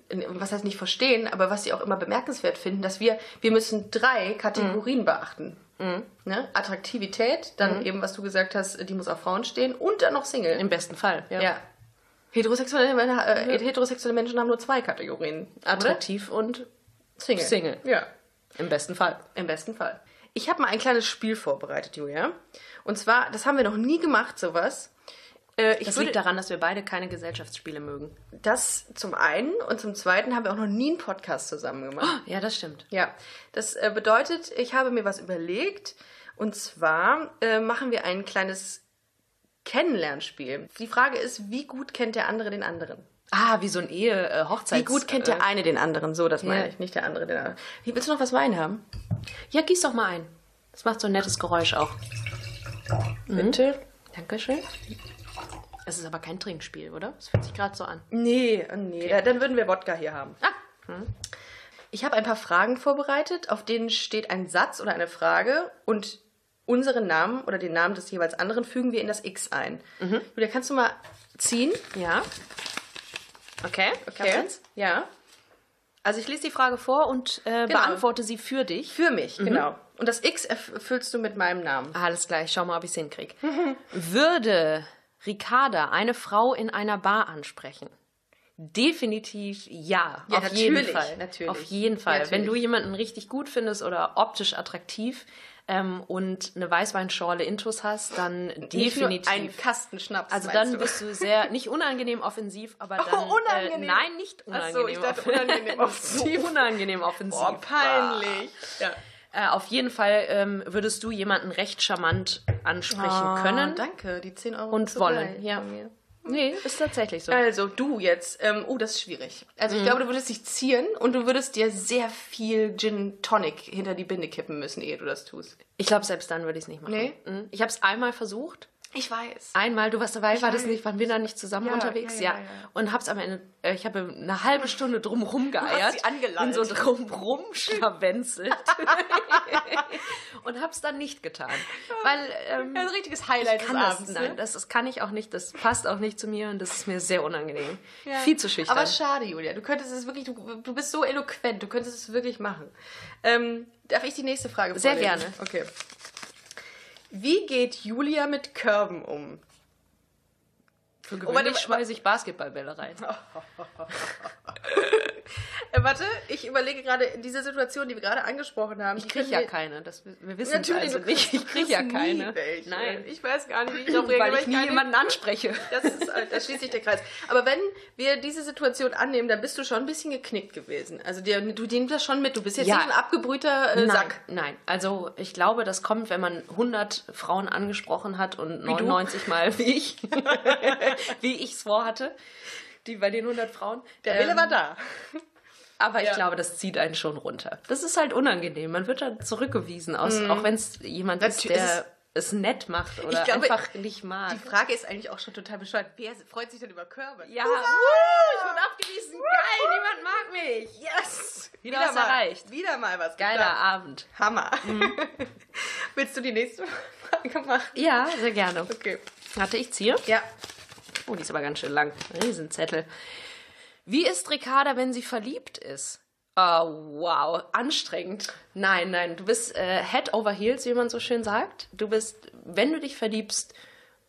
S2: n- was heißt nicht verstehen, aber was sie auch immer bemerkenswert finden, dass wir, wir müssen drei
S3: Mhm.
S2: Kategorien beachten. Ne? Attraktivität, dann eben, was du gesagt hast, die muss auf Frauen stehen und dann noch Single.
S3: Im besten Fall, ja.
S2: Ja. Heterosexuelle, Männer, äh, heterosexuelle Menschen haben nur zwei Kategorien.
S3: Attraktiv und
S2: Oder? Single.
S3: Single.
S2: Ja,
S3: im besten Fall.
S2: im besten Fall. Ich habe mal ein kleines Spiel vorbereitet, Julia. Und zwar, das haben wir noch nie gemacht, sowas. Äh, ich
S3: Das
S2: würde
S3: liegt daran, dass wir beide keine Gesellschaftsspiele mögen.
S2: das zum einen und zum zweiten haben wir auch noch nie einen Podcast zusammen gemacht.
S3: Ja, das stimmt.
S2: Oh, Ja, das äh, bedeutet, ich habe mir was überlegt. Und zwar äh, machen wir ein kleines Kennenlernspiel. Die Frage ist, wie gut kennt der andere den anderen? äh,
S3: Ah, wie so ein Ehe-Hochzeits...
S2: Wie gut kennt
S3: äh,
S2: der eine den anderen? So, das meine
S3: ja.
S2: ich, nicht der andere den anderen. Hier, willst du noch was Wein haben?
S3: Ja, gieß doch mal ein. Das macht so ein nettes Geräusch auch.
S2: Bitte?
S3: Dankeschön. Es ist aber kein Trinkspiel, oder? Es fühlt sich gerade so an.
S2: Nee, oh nee. Ja, dann würden wir Wodka hier haben. Ah. Ich habe ein paar Fragen vorbereitet, auf denen steht ein Satz oder eine Frage und unseren Namen oder den Namen des jeweils anderen fügen wir in das X ein.
S3: Mhm.
S2: Julia, kannst du mal ziehen?
S3: Ja. Okay.
S2: Okay. Ja.
S3: Also ich lese die Frage vor und äh, beantworte sie für dich.
S2: Für mich, genau. Und das X erf- füllst du mit meinem Namen.
S3: Alles gleich, schau mal, ob ich es hinkriege.
S2: <laughs>
S3: Würde Ricarda eine Frau in einer Bar ansprechen? Definitiv ja.
S2: Ja,
S3: auf
S2: natürlich,
S3: jeden Fall.
S2: natürlich.
S3: Auf jeden Fall.
S2: Natürlich.
S3: Wenn du jemanden richtig gut findest oder optisch attraktiv ähm, und eine Weißweinschorle intus hast, dann
S2: Nicht nur
S3: definitiv.
S2: Ein Kasten Schnaps.
S3: Also
S2: meinst
S3: dann
S2: du? Oh,
S3: bist du sehr, nicht unangenehm offensiv,
S2: <laughs>
S3: aber dann...
S2: unangenehm.
S3: Äh, nein, nicht
S2: Ach
S3: unangenehm. Oh,
S2: so, ich dachte
S3: offen- <laughs>
S2: unangenehm
S3: so
S2: offensiv.
S3: unangenehm offensiv.
S2: Boah, peinlich. Ja.
S3: Äh, auf jeden Fall ähm, würdest du jemanden recht charmant ansprechen können.
S2: Ah, Danke, die 10 Euro.
S3: Und
S2: sind so
S3: wollen,
S2: geil
S3: ja.
S2: von mir.
S3: Nee, ist tatsächlich so.
S2: Also du jetzt, ähm, oh, das ist schwierig. Also ich glaube, du würdest dich zieren und du würdest dir sehr viel Gin Tonic hinter die Binde kippen müssen, ehe du das tust.
S3: Ich glaube, selbst dann würde ich es nicht machen.
S2: Nee?
S3: Mhm. Ich habe es einmal versucht.
S2: Ich weiß.
S3: Einmal, du warst dabei, war das
S2: weiß.
S3: nicht, waren wir da nicht zusammen
S2: Ja,
S3: unterwegs?
S2: ja,
S3: Ja,
S2: ja, ja.
S3: Und hab's am Ende, äh, ich habe eine halbe Stunde drumrum geeiert.
S2: sie angelallt.
S3: Bin so drumrum
S2: <laughs>
S3: schlawenzelt. und hab's dann nicht getan. Weil, ähm,
S2: Ein richtiges Highlight
S3: kann
S2: des
S3: das,
S2: Abends.
S3: nein,
S2: ne?
S3: das, das kann ich auch nicht, das passt auch nicht zu mir und das ist mir sehr unangenehm. Viel zu schüchtern.
S2: Aber schade, Julia. Du könntest es wirklich, du, du bist so eloquent, du könntest es wirklich machen. Ähm, darf ich die nächste Frage
S3: Sehr
S2: vorlesen?
S3: gerne.
S2: Okay. Wie geht Julia mit Körben um?
S3: Für
S2: Oh, warte,
S3: gewöhnlich
S2: wa-
S3: schmeiße ich Basketballbälle rein.
S2: Äh, warte, ich überlege gerade, diese Situation, die wir gerade angesprochen haben.
S3: Ich kriege ja keine, das, wir wissen es
S2: Natürlich,
S3: also
S2: du
S3: nicht.
S2: kriegst,
S3: Ich kriege ja keine.
S2: Nie welche.
S3: Nein,
S2: Ich weiß gar nicht, <laughs> wie ich darauf reagiere.
S3: weil ich nie
S2: keine-
S3: jemanden anspreche.
S2: Das ist, äh, da schließt sich der Kreis. Aber wenn wir diese Situation annehmen, dann bist du schon ein bisschen geknickt gewesen. Also dir, du nimmst das schon mit. Du bist jetzt
S3: Ja.
S2: nicht so ein abgebrühter äh,
S3: Nein,
S2: Sack.
S3: nein. Also ich glaube, das kommt, wenn man 100 Frauen angesprochen hat und
S2: du?
S3: 99 Mal wie ich, <laughs> wie ich es vorhatte, die bei den 100 Frauen.
S2: Der Wille
S3: Ähm,
S2: war da.
S3: Aber ich
S2: Ja.
S3: glaube, das zieht einen schon runter. Das ist halt unangenehm. Man wird dann zurückgewiesen, aus, auch wenn es jemand
S2: Mhm. Natürlich,
S3: ist, der
S2: es ist-
S3: es nett macht oder
S2: glaube,
S3: einfach nicht mag.
S2: Die Frage ist eigentlich auch schon total bescheuert. Wer freut sich denn über Körbe?
S3: Ja, uh, ich wurde abgewiesen. Geil, niemand mag mich.
S2: Yes!
S3: Wieder was erreicht.
S2: Wieder mal Mhm. was
S3: Geiler
S2: geschafft.
S3: Abend.
S2: Hammer. <laughs> Willst du die nächste <laughs> Frage machen?
S3: Ja, sehr gerne.
S2: Okay.
S3: Warte, ich ziehe.
S2: Ja.
S3: Oh, die ist aber ganz schön lang. Riesenzettel. Wie ist Ricarda, wenn sie verliebt ist? Oh, wow. Anstrengend. Nein, nein. Du bist äh, head over heels, wie man so schön sagt. Du bist, wenn du dich verliebst,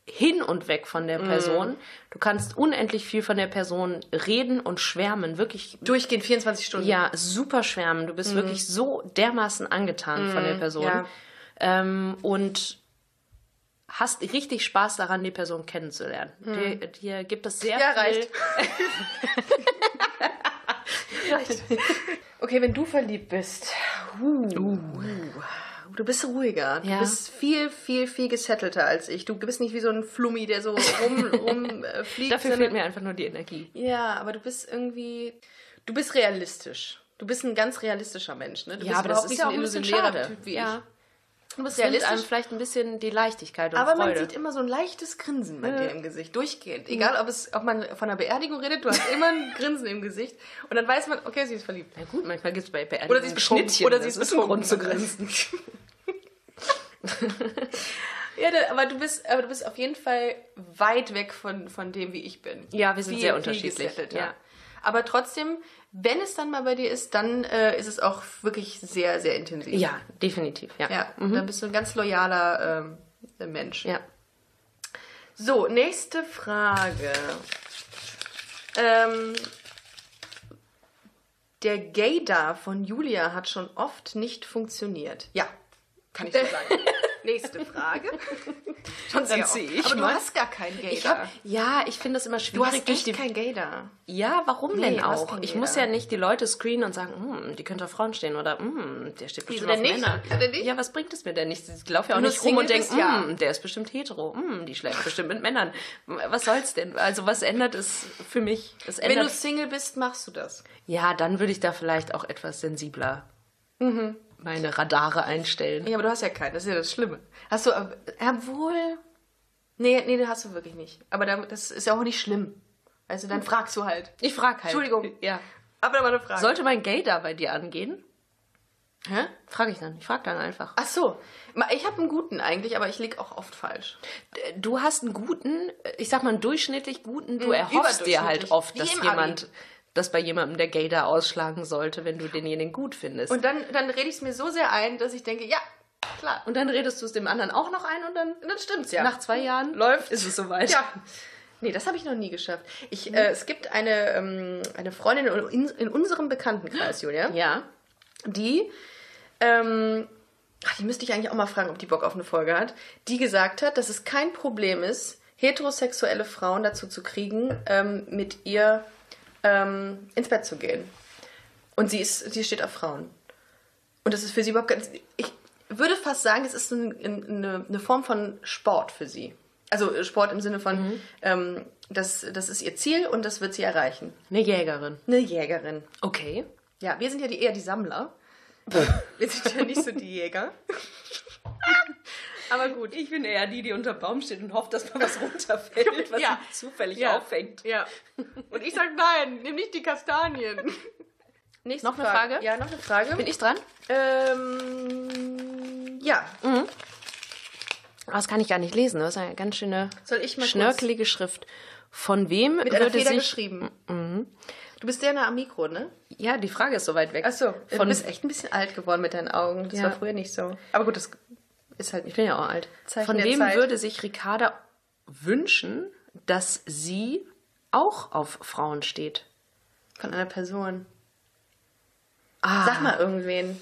S3: hin und weg von der Person. Du kannst unendlich viel von der Person reden und schwärmen. Wirklich
S2: Durchgehend 24 Stunden.
S3: ja, super schwärmen. Du bist wirklich so dermaßen angetan von der Person.
S2: Mhm. ja.
S3: Ähm, und hast richtig Spaß daran, die Person kennenzulernen. Dir, dir gibt es sehr
S2: Mhm. Ja,
S3: viel.
S2: reicht. Okay, wenn du verliebt bist. Uh. Du bist ruhiger. Du
S3: Ja.
S2: bist viel, viel, viel gesettelter als ich. Du bist nicht wie so ein Flummi, der so
S3: <laughs>
S2: rum, <laughs> rum äh, fliegt.
S3: Dafür
S2: sondern-
S3: fehlt mir einfach nur die Energie.
S2: Ja, aber du bist irgendwie, du bist realistisch. Du bist ein ganz realistischer Mensch, ne? Du bist überhaupt nicht so Typ wie
S3: ja.
S2: ich. Du bist
S3: Es nimmt einem
S2: realistisch,
S3: vielleicht ein bisschen die Leichtigkeit und
S2: aber man
S3: Freude.
S2: sieht immer so ein leichtes Grinsen bei dir im Gesicht, durchgehend. Egal, ob, es, ob man von einer Beerdigung redet, du hast immer ein Grinsen im Gesicht und dann weiß man, okay, sie ist verliebt.
S3: Na gut, manchmal gibt es bei PR
S2: Oder sie ist betrunken. Äh,
S3: ne?
S2: Oder sie ist betrunken.
S3: Grund zu grinsen.
S2: <laughs> Ja, da, aber, du bist, aber du bist auf jeden Fall weit weg von, von dem, wie ich bin.
S3: Ja, wir sind
S2: Viel,
S3: sehr
S2: viel
S3: unterschiedlich,
S2: gesettelter.
S3: ja.
S2: Aber trotzdem, wenn es dann mal bei dir ist, dann äh, ist es auch wirklich sehr, sehr intensiv.
S3: Ja, Mhm. definitiv. Ja.
S2: Ja, dann bist du ein ganz loyaler ähm, Mensch.
S3: ja.
S2: So, nächste Frage. Ähm, der Gaydar von Julia hat schon oft nicht funktioniert. Ja, kann <laughs> ich so sagen. nächste Frage. Schon sehr oft.
S3: zieh ich
S2: Aber du
S3: mal.
S2: hast gar keinen
S3: Ich
S2: Gaydar.
S3: hab, ja, ich finde das immer schwierig.
S2: du hast
S3: durch
S2: echt
S3: die
S2: keinen Gaydar.
S3: Ja, warum
S2: Nee, was
S3: denn auch?
S2: denn
S3: ich
S2: jeder?
S3: muss ja nicht die Leute screenen und sagen, "Hm, die könnte auf Frauen stehen oder "Hm, der steht bestimmt auf
S2: denn nicht?
S3: Männer.
S2: Wieso denn nicht?
S3: Ja, was bringt es mir denn nicht? Ich laufe ja auch
S2: Wenn du
S3: nicht rum
S2: Single
S3: und denke,
S2: bist, ja.
S3: "Hm, der ist bestimmt hetero, Hm, die schläft bestimmt mit Männern. Was soll's denn? Also was ändert es für mich? Es
S2: Wenn du
S3: ändert,
S2: Single bist, machst du das.
S3: ja, dann würde ich da vielleicht auch etwas sensibler
S2: Mhm.
S3: meine Radare einstellen.
S2: Ja, aber du hast ja keinen, das ist ja das Schlimme. Hast du, äh, obwohl. Nee, nee, den hast du wirklich nicht. Aber da- das ist ja auch nicht schlimm. Also dann fragst du halt.
S3: Ich frage halt.
S2: Entschuldigung.
S3: Ja.
S2: Aber da war eine Frage.
S3: Sollte mein Gay da bei dir angehen?
S2: Hä?
S3: Frage ich dann. Ich frage dann einfach.
S2: Ach so. Ma- Ich habe einen guten eigentlich, aber ich lieg auch oft falsch.
S3: du hast einen guten, ich sag mal einen durchschnittlich guten, du erhoffst dir halt
S2: überdurchschnittlich.
S3: oft,
S2: Wie
S3: dass
S2: im Abi.
S3: jemand, dass bei jemandem der Gay da ausschlagen sollte, wenn du denjenigen gut findest.
S2: Und dann, dann rede ich es mir so sehr ein, dass ich denke, ja, klar.
S3: Und dann redest du es dem anderen auch noch ein und dann,
S2: Und dann stimmt's ja.
S3: nach zwei Jahren
S2: Läuft.
S3: ist es soweit.
S2: Ja. Nee, das habe ich noch nie geschafft. Ich, äh, es gibt eine, ähm, eine Freundin in, in unserem Bekanntenkreis, Julia,
S3: Ja.
S2: die, ähm, ach, die müsste ich eigentlich auch mal fragen, ob die Bock auf eine Folge hat, die gesagt hat, dass es kein Problem ist, heterosexuelle Frauen dazu zu kriegen, ähm, mit ihr ähm, ins Bett zu gehen. Und sie, ist, sie steht auf Frauen. Und das ist für sie überhaupt ganz. Ich würde fast sagen, es ist ein, ein, eine, eine Form von Sport für sie. Also äh, Sport im Sinne von, ähm, das, das ist ihr Ziel und das wird sie erreichen.
S3: Eine Jägerin.
S2: Eine Jägerin.
S3: Okay.
S2: Ja, wir sind ja die, eher die Sammler. <laughs> wir sind ja nicht so die Jäger. Aber gut.
S3: Ich bin eher die, die unter Baum steht und hofft, dass mal was <laughs> runterfällt, was
S2: Ja.
S3: sie zufällig
S2: Ja.
S3: auffängt.
S2: Ja. Und ich sag nein, nimm nicht die Kastanien. Nächste
S3: Noch eine Frage?
S2: Ja, noch eine Frage.
S3: Bin ich dran?
S2: ähm, ja.
S3: Ah, Das kann ich gar nicht lesen. Das ist eine ganz schöne
S2: Soll ich mal kurz-
S3: schnörkelige Schrift. Von wem
S2: Mit einer
S3: würde
S2: Feder
S3: sich...
S2: geschrieben. mm. Du bist sehr nah am Mikro, ne?
S3: Ja, die Frage ist so äh, weit weg.
S2: Du
S3: Von
S2: bist echt ein bisschen alt geworden mit deinen Augen. Das
S3: Ja.
S2: war früher nicht so. Aber gut, das ist halt
S3: Ich
S2: nicht.
S3: bin ja auch alt.
S2: Zeichen
S3: Von
S2: der
S3: wem
S2: Zeit.
S3: würde sich Ricarda wünschen, dass sie auch auf Frauen steht?
S2: Von einer Person.
S3: Ah,
S2: Sag mal irgendwen.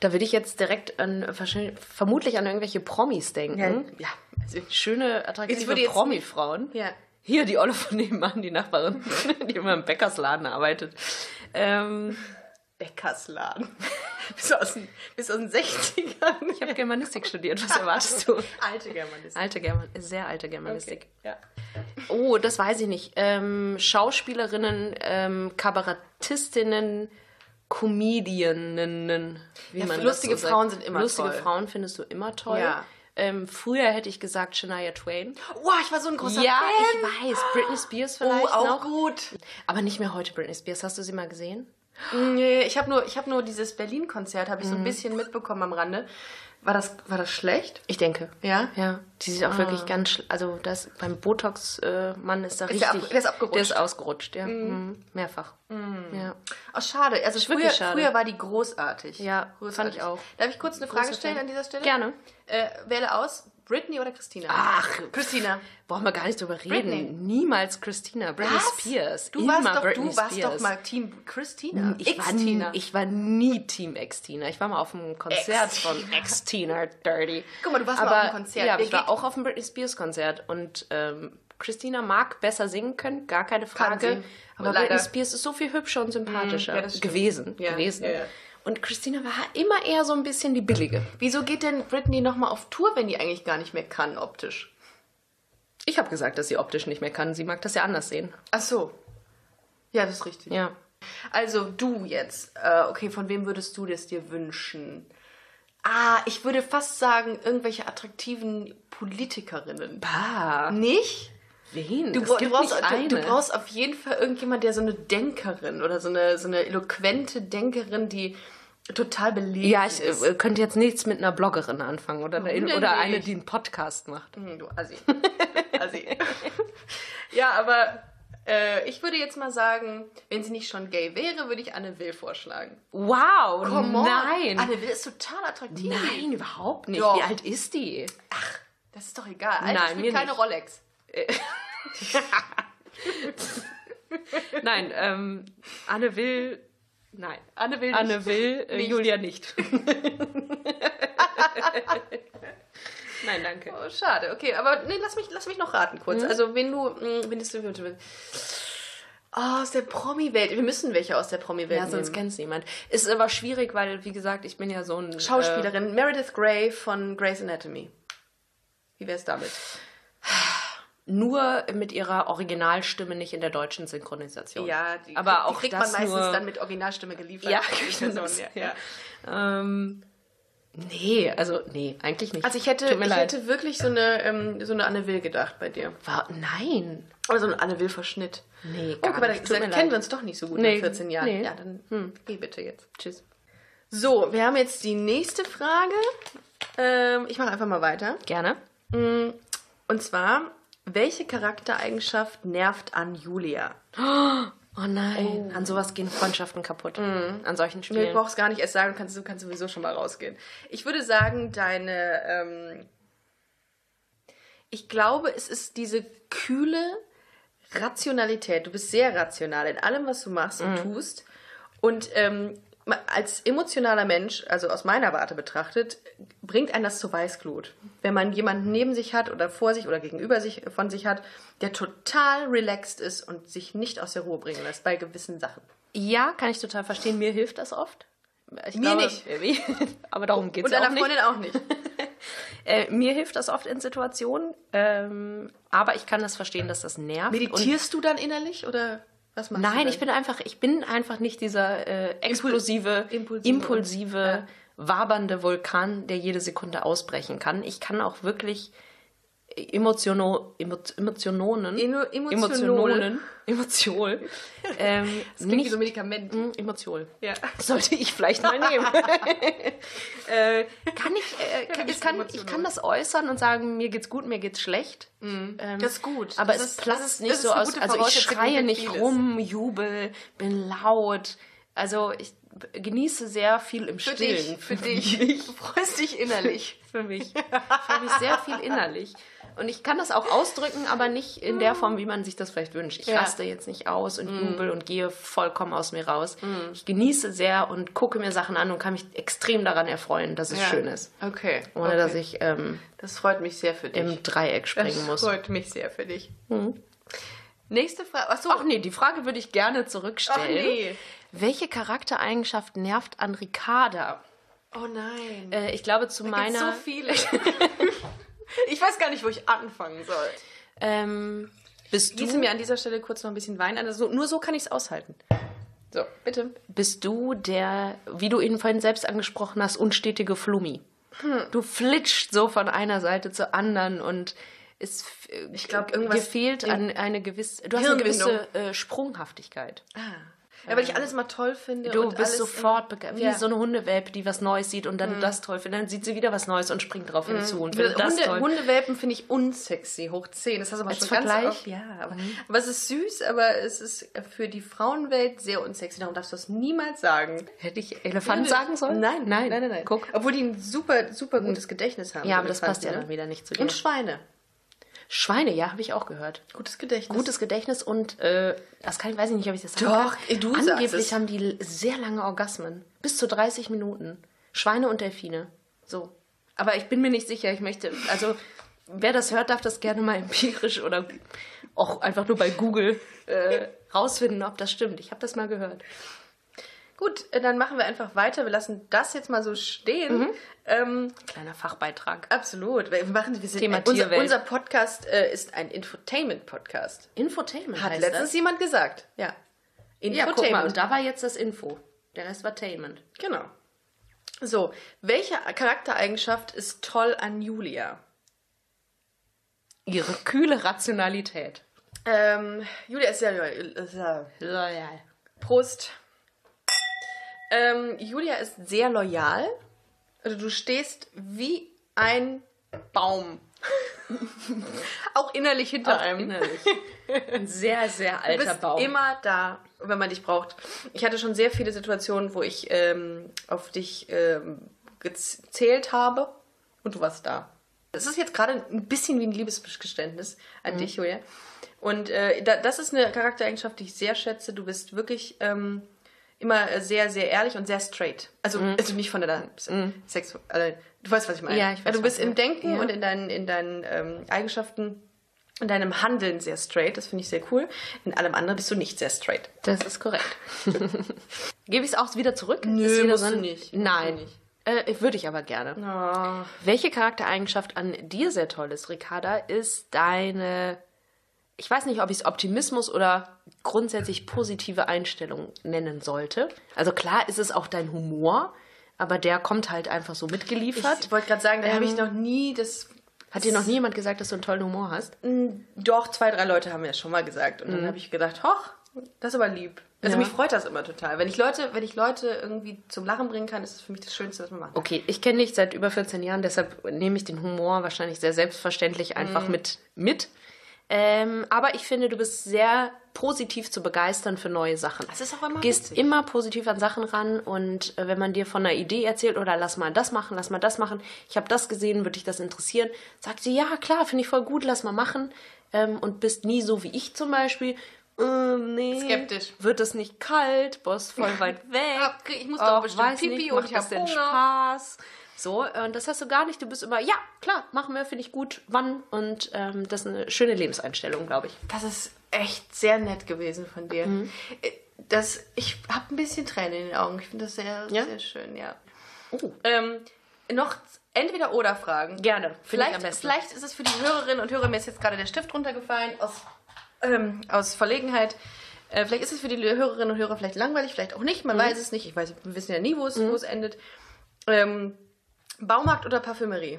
S3: da würde ich jetzt direkt an, wahrscheinlich- vermutlich an irgendwelche Promis denken.
S2: ja. Also,
S3: Schöne,
S2: Ich
S3: attraktive
S2: würde jetzt-
S3: Promi-Frauen.
S2: Ja.
S3: Hier, die Olle von nebenan, die Nachbarin, <laughs> die immer im Bäckersladen arbeitet. Ähm,
S2: Bäckersladen. <laughs> Bist du aus den, bist du aus den 60ern?
S3: ich habe Germanistik studiert, was erwartest <laughs> du?
S2: Alte Germanistik.
S3: Alte German sehr alte Germanistik.
S2: Ja.
S3: Oh, das weiß ich nicht. Ähm, Schauspielerinnen, ähm, Kabarettistinnen, Comedianinnen. Wie
S2: Ja, lustige
S3: sagt.
S2: Frauen sind immer
S3: lustige
S2: toll.
S3: Frauen findest du immer toll.
S2: Ja.
S3: ähm, früher hätte ich gesagt Shania Twain.
S2: Wow, ich war so ein großer
S3: ja,
S2: Fan.
S3: ich weiß. Britney Spears vielleicht
S2: Oh, auch
S3: noch.
S2: gut.
S3: Aber nicht mehr heute Britney Spears. Hast du sie mal gesehen?
S2: Nee, ich habe nur, ich hab nur dieses Berlin-Konzert, habe ich so ein bisschen mitbekommen am Rande. War das, war das schlecht?
S3: Ich denke.
S2: Ja?
S3: Ja, die sieht auch wirklich ganz, schl- also das beim Botox-Mann ist da
S2: Ist der
S3: richtig.
S2: ab- der ist abgerutscht.
S3: Der ist ausgerutscht, ja. Mhm. Mehrfach. Ja.
S2: Oh, schade. Also früher,
S3: wirklich schade.
S2: früher war die großartig.
S3: Ja, fand ich auch.
S2: Darf ich kurz eine Frage
S3: Großer
S2: stellen
S3: Fan.
S2: an dieser Stelle?
S3: Gerne.
S2: Äh, wähle aus, Britney oder Christina?
S3: Ach,
S2: Christina.
S3: brauchen wir gar nicht drüber reden.
S2: Britney.
S3: Niemals Christina, Britney
S2: Was?
S3: Spears.
S2: Du warst,
S3: Immer
S2: doch,
S3: Britney
S2: du warst doch
S3: Spears.
S2: mal Team Christina.
S3: Ich war, nie,
S2: Ex-Tina.
S3: ich war nie Team Ex-Tina. Ich war mal auf einem Konzert von Ex-Tina Dirty.
S2: Guck mal, du warst mal
S3: aber,
S2: auf einem Konzert.
S3: Ja, aber
S2: Wer
S3: ich war
S2: geht-
S3: auch auf einem Britney Spears Konzert und ähm, Christina mag besser singen können, gar keine Frage.
S2: sie.
S3: Aber
S2: Leider. Mm,
S3: Britney Spears ist so viel hübscher und sympathischer
S2: ja, das stimmt.
S3: gewesen.
S2: Ja,
S3: gewesen.
S2: ja, ja.
S3: Und Christina war immer eher so ein bisschen die billige.
S2: Wieso geht denn Britney nochmal auf Tour, wenn die eigentlich gar nicht mehr kann, optisch?
S3: Ich habe gesagt, dass sie optisch nicht mehr kann. Sie mag das ja anders sehen.
S2: Ach so. Ja, das ist richtig.
S3: Ja.
S2: Also du jetzt. Äh, okay, von wem würdest du das dir wünschen? Ah, ich würde fast sagen, irgendwelche attraktiven Politikerinnen. Ah.
S3: Bah,
S2: Nicht?
S3: wen?
S2: Du,
S3: Es
S2: bra- du,
S3: gibt
S2: brauchst,
S3: nicht
S2: du, du
S3: eine.
S2: brauchst auf jeden Fall irgendjemand, der so eine Denkerin oder so eine, so eine eloquente Denkerin, die total belebt
S3: Ja, ich
S2: ist.
S3: äh, könnte jetzt nichts mit einer Bloggerin anfangen oder,
S2: Warum denn
S3: oder eine,
S2: nicht?
S3: die einen Podcast macht.
S2: Hm, Du Assi. Assi. <laughs> ja, aber äh, ich würde jetzt mal sagen, wenn sie nicht schon gay wäre, würde ich Anne Will vorschlagen.
S3: Wow,
S2: Come on.
S3: nein.
S2: Anne Will ist total attraktiv.
S3: Nein, überhaupt nicht.
S2: Doch.
S3: Wie alt ist die?
S2: Das ist doch egal. Alter,
S3: Nein,
S2: Nein,
S3: mir
S2: spielt keine
S3: nicht.
S2: Rolex.
S3: Nein, ähm, Anne will. Nein,
S2: Anne Will
S3: Anne will, äh, Julia <laughs> nicht. nein, danke.
S2: Oh, schade. Okay, aber nee, lass mich, lass mich noch raten kurz.
S3: Hm?
S2: Also, wenn du, mh, wenn es du Oh, aus der Promi-Welt. Wir müssen welche aus der Promi-Welt
S3: Ja, sonst
S2: nehmen.
S3: kennt es niemand. Ist aber schwierig, weil, wie gesagt, ich bin ja so ein. Äh,
S2: Schauspielerin Meredith Grey von Grey's Anatomy. Wie wär's damit?
S3: nur mit ihrer Originalstimme, nicht in der deutschen Synchronisation. aber
S2: kriegt-
S3: auch
S2: kriegt
S3: das
S2: man meistens
S3: nur,
S2: dann mit Originalstimme geliefert. <laughs>
S3: <laughs> Ja,
S2: Die Person,
S3: genau.
S2: ja.
S3: Ja. Ähm, nee, also nee, eigentlich nicht.
S2: Also ich hätte,
S3: Tut mir
S2: ich
S3: leid.
S2: hätte wirklich so eine, ähm, so eine Anne Will gedacht bei dir.
S3: Wa- nein.
S2: Oder so einen Anne Will-Verschnitt.
S3: Nee,
S2: Oh,
S3: gar
S2: guck mal, da,
S3: nicht. Tut mir
S2: da
S3: leid.
S2: kennen wir uns doch nicht so gut
S3: Nee,
S2: in 14 Jahren.
S3: nee. Hm.
S2: Ja, dann geh bitte jetzt.
S3: Tschüss.
S2: So, wir haben jetzt die nächste Frage. Ähm, ich mache einfach mal weiter.
S3: Gerne.
S2: Und zwar, welche Charaktereigenschaft nervt an Julia?
S3: Oh nein. An sowas gehen Freundschaften kaputt.
S2: Mhm.
S3: An solchen
S2: Nee, du
S3: Spielen.
S2: brauchst gar nicht erst sagen, du kannst, du kannst sowieso schon mal rausgehen. Ich würde sagen, deine. Ähm, ich glaube, es ist diese kühle Rationalität. Du bist sehr rational in allem, was du machst und
S3: Mhm.
S2: tust. Und ähm, ma- als emotionaler Mensch, also aus meiner Warte betrachtet, bringt einen das zur Weißglut. Wenn man jemanden neben sich hat oder vor sich oder gegenüber sich äh, von sich hat, der total relaxed ist und sich nicht aus der Ruhe bringen lässt bei gewissen Sachen.
S3: ja, kann ich total verstehen. Mir hilft das oft. Ich
S2: Mir
S3: nicht. <laughs> aber darum geht es
S2: Und
S3: auch
S2: deiner
S3: nicht.
S2: Freundin auch nicht.
S3: Äh, mir hilft das oft in Situationen. Ähm, aber ich kann das verstehen, dass das nervt. und
S2: Meditierst du dann innerlich oder was machst du?
S3: Nein,
S2: dann?
S3: ich bin einfach, ich bin einfach nicht dieser äh, explosive,
S2: Impulsive.
S3: impulsive, wabernde Vulkan, der jede Sekunde ausbrechen kann. Ich kann auch wirklich Emotiono, emo, Emotionen,
S2: Emo- Emotionol.
S3: Emotionen, Emotion,
S2: <laughs>
S3: ähm,
S2: Klingt wie
S3: nicht
S2: so ein Medikament.
S3: Mm, Emotion.
S2: Ja.
S3: Sollte ich
S2: <laughs>
S3: vielleicht mal nehmen. <laughs> äh, kann ich, äh, kann, ich, kann, ich kann das äußern und sagen, mir geht's gut, mir geht's schlecht.
S2: Mhm.
S3: Ähm,
S2: Das ist gut.
S3: Aber
S2: Das
S3: es
S2: ist- das
S3: platzt
S2: ist-
S3: nicht
S2: das ist
S3: so
S2: eine
S3: aus.
S2: gute
S3: Also ich
S2: Voraussetzung
S3: schreie
S2: für
S3: nicht
S2: vieles.
S3: rum, jubel, bin laut. Also ich b- genieße sehr viel im
S2: Für
S3: Stillen.
S2: dich,
S3: <laughs>
S2: für dich. Du freust dich innerlich.
S3: Für mich. Für mich sehr viel innerlich. Und ich kann das auch ausdrücken, aber nicht in der Form, wie man sich das vielleicht wünscht. Ich
S2: Ja. Mm.
S3: raste jetzt nicht aus und jubel und gehe vollkommen aus mir raus. Ich genieße sehr und gucke mir Sachen an und kann mich extrem daran erfreuen, dass es
S2: Ja.
S3: schön ist.
S2: Okay.
S3: Ohne
S2: okay.
S3: dass ich ähm,
S2: Das freut mich sehr für dich.
S3: im Dreieck springen
S2: das
S3: muss. Hm.
S2: freut mich sehr für dich. Nächste Frage. Achso.
S3: Ach nee, die Frage würde ich gerne zurückstellen.
S2: Ach nee.
S3: Welche Charaktereigenschaft nervt an Ricarda?
S2: Oh nein.
S3: Äh, ich glaube, zu
S2: Gibt's
S3: meiner.
S2: so
S3: <laughs>
S2: viele. ich weiß gar nicht, wo ich anfangen soll.
S3: ähm, bist
S2: Gieße
S3: du
S2: mir an dieser Stelle kurz noch ein bisschen Wein an. Also, nur so kann ich es aushalten. So, bitte.
S3: bist du der, wie du ihn vorhin selbst angesprochen hast, unstetige Flummi.
S2: Hm.
S3: Du flitscht so von einer Seite zur anderen und es ich
S2: glaub,
S3: dir
S2: irgendwas
S3: fehlt an eine gewisse, du hast eine
S2: Hirnwindung.
S3: gewisse äh, Sprunghaftigkeit.
S2: Ja, weil ich alles mal toll finde.
S3: Du
S2: und
S3: bist
S2: alles
S3: sofort begeistert. Wie
S2: Ja. Hm.
S3: so eine Hundewelpe, die was Neues sieht und dann das toll findet. Dann sieht sie wieder was Neues und springt drauf hinzu und findet das
S2: Hunde,
S3: toll.
S2: Hundewelpen finde ich unsexy, hoch 10. Das hast du aber
S3: Als
S2: schon
S3: Vergleich?
S2: ganz oft. Ja, aber, aber es ist süß, aber es ist für die Frauenwelt sehr unsexy. Darum darfst du das niemals sagen.
S3: Hätte ich Elefant sagen sollen?
S2: Nein,
S3: nein,
S2: nein, nein. nein.
S3: Guck. Hm.
S2: Obwohl die ein super, super gutes Gedächtnis haben.
S3: Ja,
S2: so
S3: aber das
S2: Elefanten,
S3: passt ja
S2: ne?
S3: dann wieder nicht zu dir.
S2: Und Schweine.
S3: Schweine, ja, habe ich auch gehört.
S2: Gutes Gedächtnis.
S3: Gutes Gedächtnis und äh, das kann ich, weiß ich nicht, ob ich das sagen
S2: Doch,
S3: kann.
S2: du sagst
S3: Angeblich
S2: es.
S3: haben die sehr lange Orgasmen. Bis zu 30 Minuten. Schweine und Delfine. So. Aber ich bin mir nicht sicher. Ich möchte, also wer das hört, darf das gerne mal empirisch oder auch einfach nur bei Google äh, rausfinden, ob das stimmt. Ich habe das mal gehört.
S2: Gut, äh, dann machen wir einfach weiter. Wir lassen das jetzt mal so stehen.
S3: Mhm.
S2: Ähm,
S3: Kleiner Fachbeitrag.
S2: absolut. Wir machen, wir sind,
S3: Thema
S2: unser,
S3: Tierwelt.
S2: unser Podcast äh, ist ein Infotainment-Podcast.
S3: Infotainment
S2: Hat
S3: heißt
S2: letztens
S3: das.
S2: jemand gesagt. Ja.
S3: Ja, guck mal,
S2: Infotainment.
S3: und da war jetzt das Info. Der Rest war Tainment.
S2: genau. So, welche Charaktereigenschaft ist toll an Julia?
S3: Ihre kühle Rationalität.
S2: Ähm, Julia ist sehr loyal. Ist ja-
S3: Loyal.
S2: Prost. Ähm, Julia ist sehr loyal. Also du stehst wie ein Baum. <laughs> Auch innerlich hinter
S3: Auch
S2: einem.
S3: <laughs> innerlich. Ein sehr, sehr
S2: Du
S3: alter
S2: bist
S3: Baum.
S2: immer da, wenn man dich braucht. Ich hatte schon sehr viele Situationen, wo ich ähm, auf dich ähm, gezählt habe und du warst da. Das ist jetzt gerade ein bisschen wie ein Liebesgeständnis
S3: Mhm.
S2: an dich, Julia. Und äh, da, das ist eine Charaktereigenschaft, die ich sehr schätze. Du bist wirklich ähm, immer äh, sehr, sehr ehrlich und sehr straight. Also, also nicht von der Sex. Also, du weißt, was ich meine.
S3: Ja, ich weiß,
S2: Also du
S3: was
S2: bist
S3: du
S2: im
S3: meinst.
S2: Denken
S3: Ja.
S2: und in deinen, in deinen ähm, Eigenschaften in deinem Handeln sehr straight, das finde ich sehr cool. In allem anderen bist du nicht sehr straight.
S3: Das ist <laughs> korrekt. Gebe ich es auch wieder zurück?
S2: Nö,
S3: ist wieder
S2: musst
S3: ein-
S2: du nicht.
S3: Nein.
S2: Musst
S3: Äh, Würde ich aber gerne.
S2: Oh,
S3: Welche Charaktereigenschaft an dir sehr toll ist, Ricarda, ist deine, ich weiß nicht, ob ich es Optimismus oder grundsätzlich positive Einstellung nennen sollte. Also klar ist es auch dein Humor, aber der kommt halt einfach so mitgeliefert.
S2: Ich wollte gerade sagen, da habe ich
S3: Ähm,
S2: noch nie das. hm,
S3: Hat dir noch nie jemand gesagt, dass du einen tollen Humor hast?
S2: Doch, zwei, drei Leute haben mir das schon mal gesagt. Und dann habe ich gedacht, hoch, das ist aber lieb. Also
S3: Ja.
S2: mich freut das immer total. Wenn ich Leute, wenn ich Leute irgendwie zum Lachen bringen kann, ist es für mich das Schönste, was man machen kann.
S3: Okay, ich kenne dich seit über 14 Jahren, deshalb nehme ich den Humor wahrscheinlich sehr selbstverständlich einfach mit. mit. Ähm, aber ich finde, du bist sehr positiv zu begeistern für neue Sachen.
S2: Das ist auch immer
S3: Gehst
S2: witzig.
S3: immer positiv an Sachen ran und äh, wenn man dir von einer Idee erzählt oder lass mal das machen, lass mal das machen, ich habe das gesehen, würde dich das interessieren, sagt sie, ja klar, finde ich voll gut, lass mal machen ähm, und bist nie so wie ich zum Beispiel. Ähm, nee,
S2: Skeptisch.
S3: Wird es nicht kalt, Boss voll weit weg.
S2: Hab- ich muss doch
S3: Och,
S2: bestimmt
S3: weiß
S2: Pipi und
S3: macht
S2: ich hab
S3: das denn
S2: Hunger.
S3: Spaß. So, äh, und das hast du gar nicht. Du bist immer, ja, klar, machen wir, finde ich gut, wann. Und ähm, das ist eine schöne Lebenseinstellung, glaube ich.
S2: Das ist echt sehr nett gewesen von dir.
S3: Mhm.
S2: Äh, Das, ich habe ein bisschen Tränen in den Augen. Ich finde das sehr,
S3: Ja?
S2: sehr schön, ja.
S3: Oh.
S2: Ähm, noch entweder oder Fragen.
S3: Gerne. Finde ich
S2: Vielleicht,
S3: am besten.
S2: vielleicht ist es für die Hörerinnen und Hörer, mir ist jetzt gerade der Stift runtergefallen aus, ähm, aus Verlegenheit. Äh, vielleicht ist es für die Hörerinnen und Hörer vielleicht langweilig, vielleicht auch nicht, man
S3: Mhm.
S2: weiß es nicht. Ich weiß, wir wissen ja nie, wo es, wo es endet. Ähm, Baumarkt oder Parfümerie?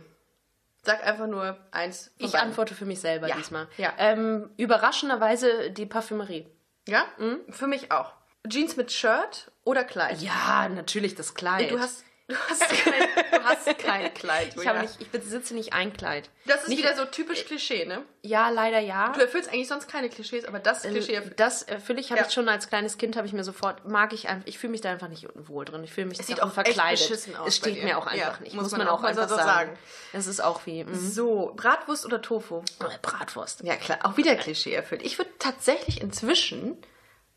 S2: Sag einfach nur eins. von
S3: Ich
S2: beiden.
S3: antworte für mich selber
S2: Ja,
S3: diesmal.
S2: ja.
S3: Ähm, überraschenderweise die Parfümerie.
S2: Ja? Für mich auch. Jeans mit Shirt oder Kleid?
S3: Mhm. Ja, natürlich das Kleid.
S2: Du hast, du
S3: <laughs>
S2: hast, kein, du hast kein Kleid.
S3: ich,
S2: Julia.
S3: habe nicht, ich besitze nicht ein Kleid.
S2: das ist
S3: nicht,
S2: wieder so typisch Klischee, ne?
S3: Ja, leider ja.
S2: Du erfüllst eigentlich sonst keine Klischees, aber das Klischee erfüllt.
S3: Das äh, fühle ich, habe
S2: Ja.
S3: ich schon als kleines Kind, habe ich mir sofort, mag ich einfach, ich fühle mich da einfach nicht wohl drin. Ich fühle mich es
S2: sieht auch echt beschissen aus
S3: Es
S2: bei
S3: steht
S2: dir.
S3: mir auch einfach
S2: Ja,
S3: nicht, muss, man, auch
S2: mal so
S3: einfach sagen.
S2: sagen.
S3: Das ist auch wie mhm. mh,
S2: So, Bratwurst oder Tofu?
S3: Oh, Bratwurst.
S2: Ja, klar, auch wieder Klischee erfüllt. Ich würde tatsächlich inzwischen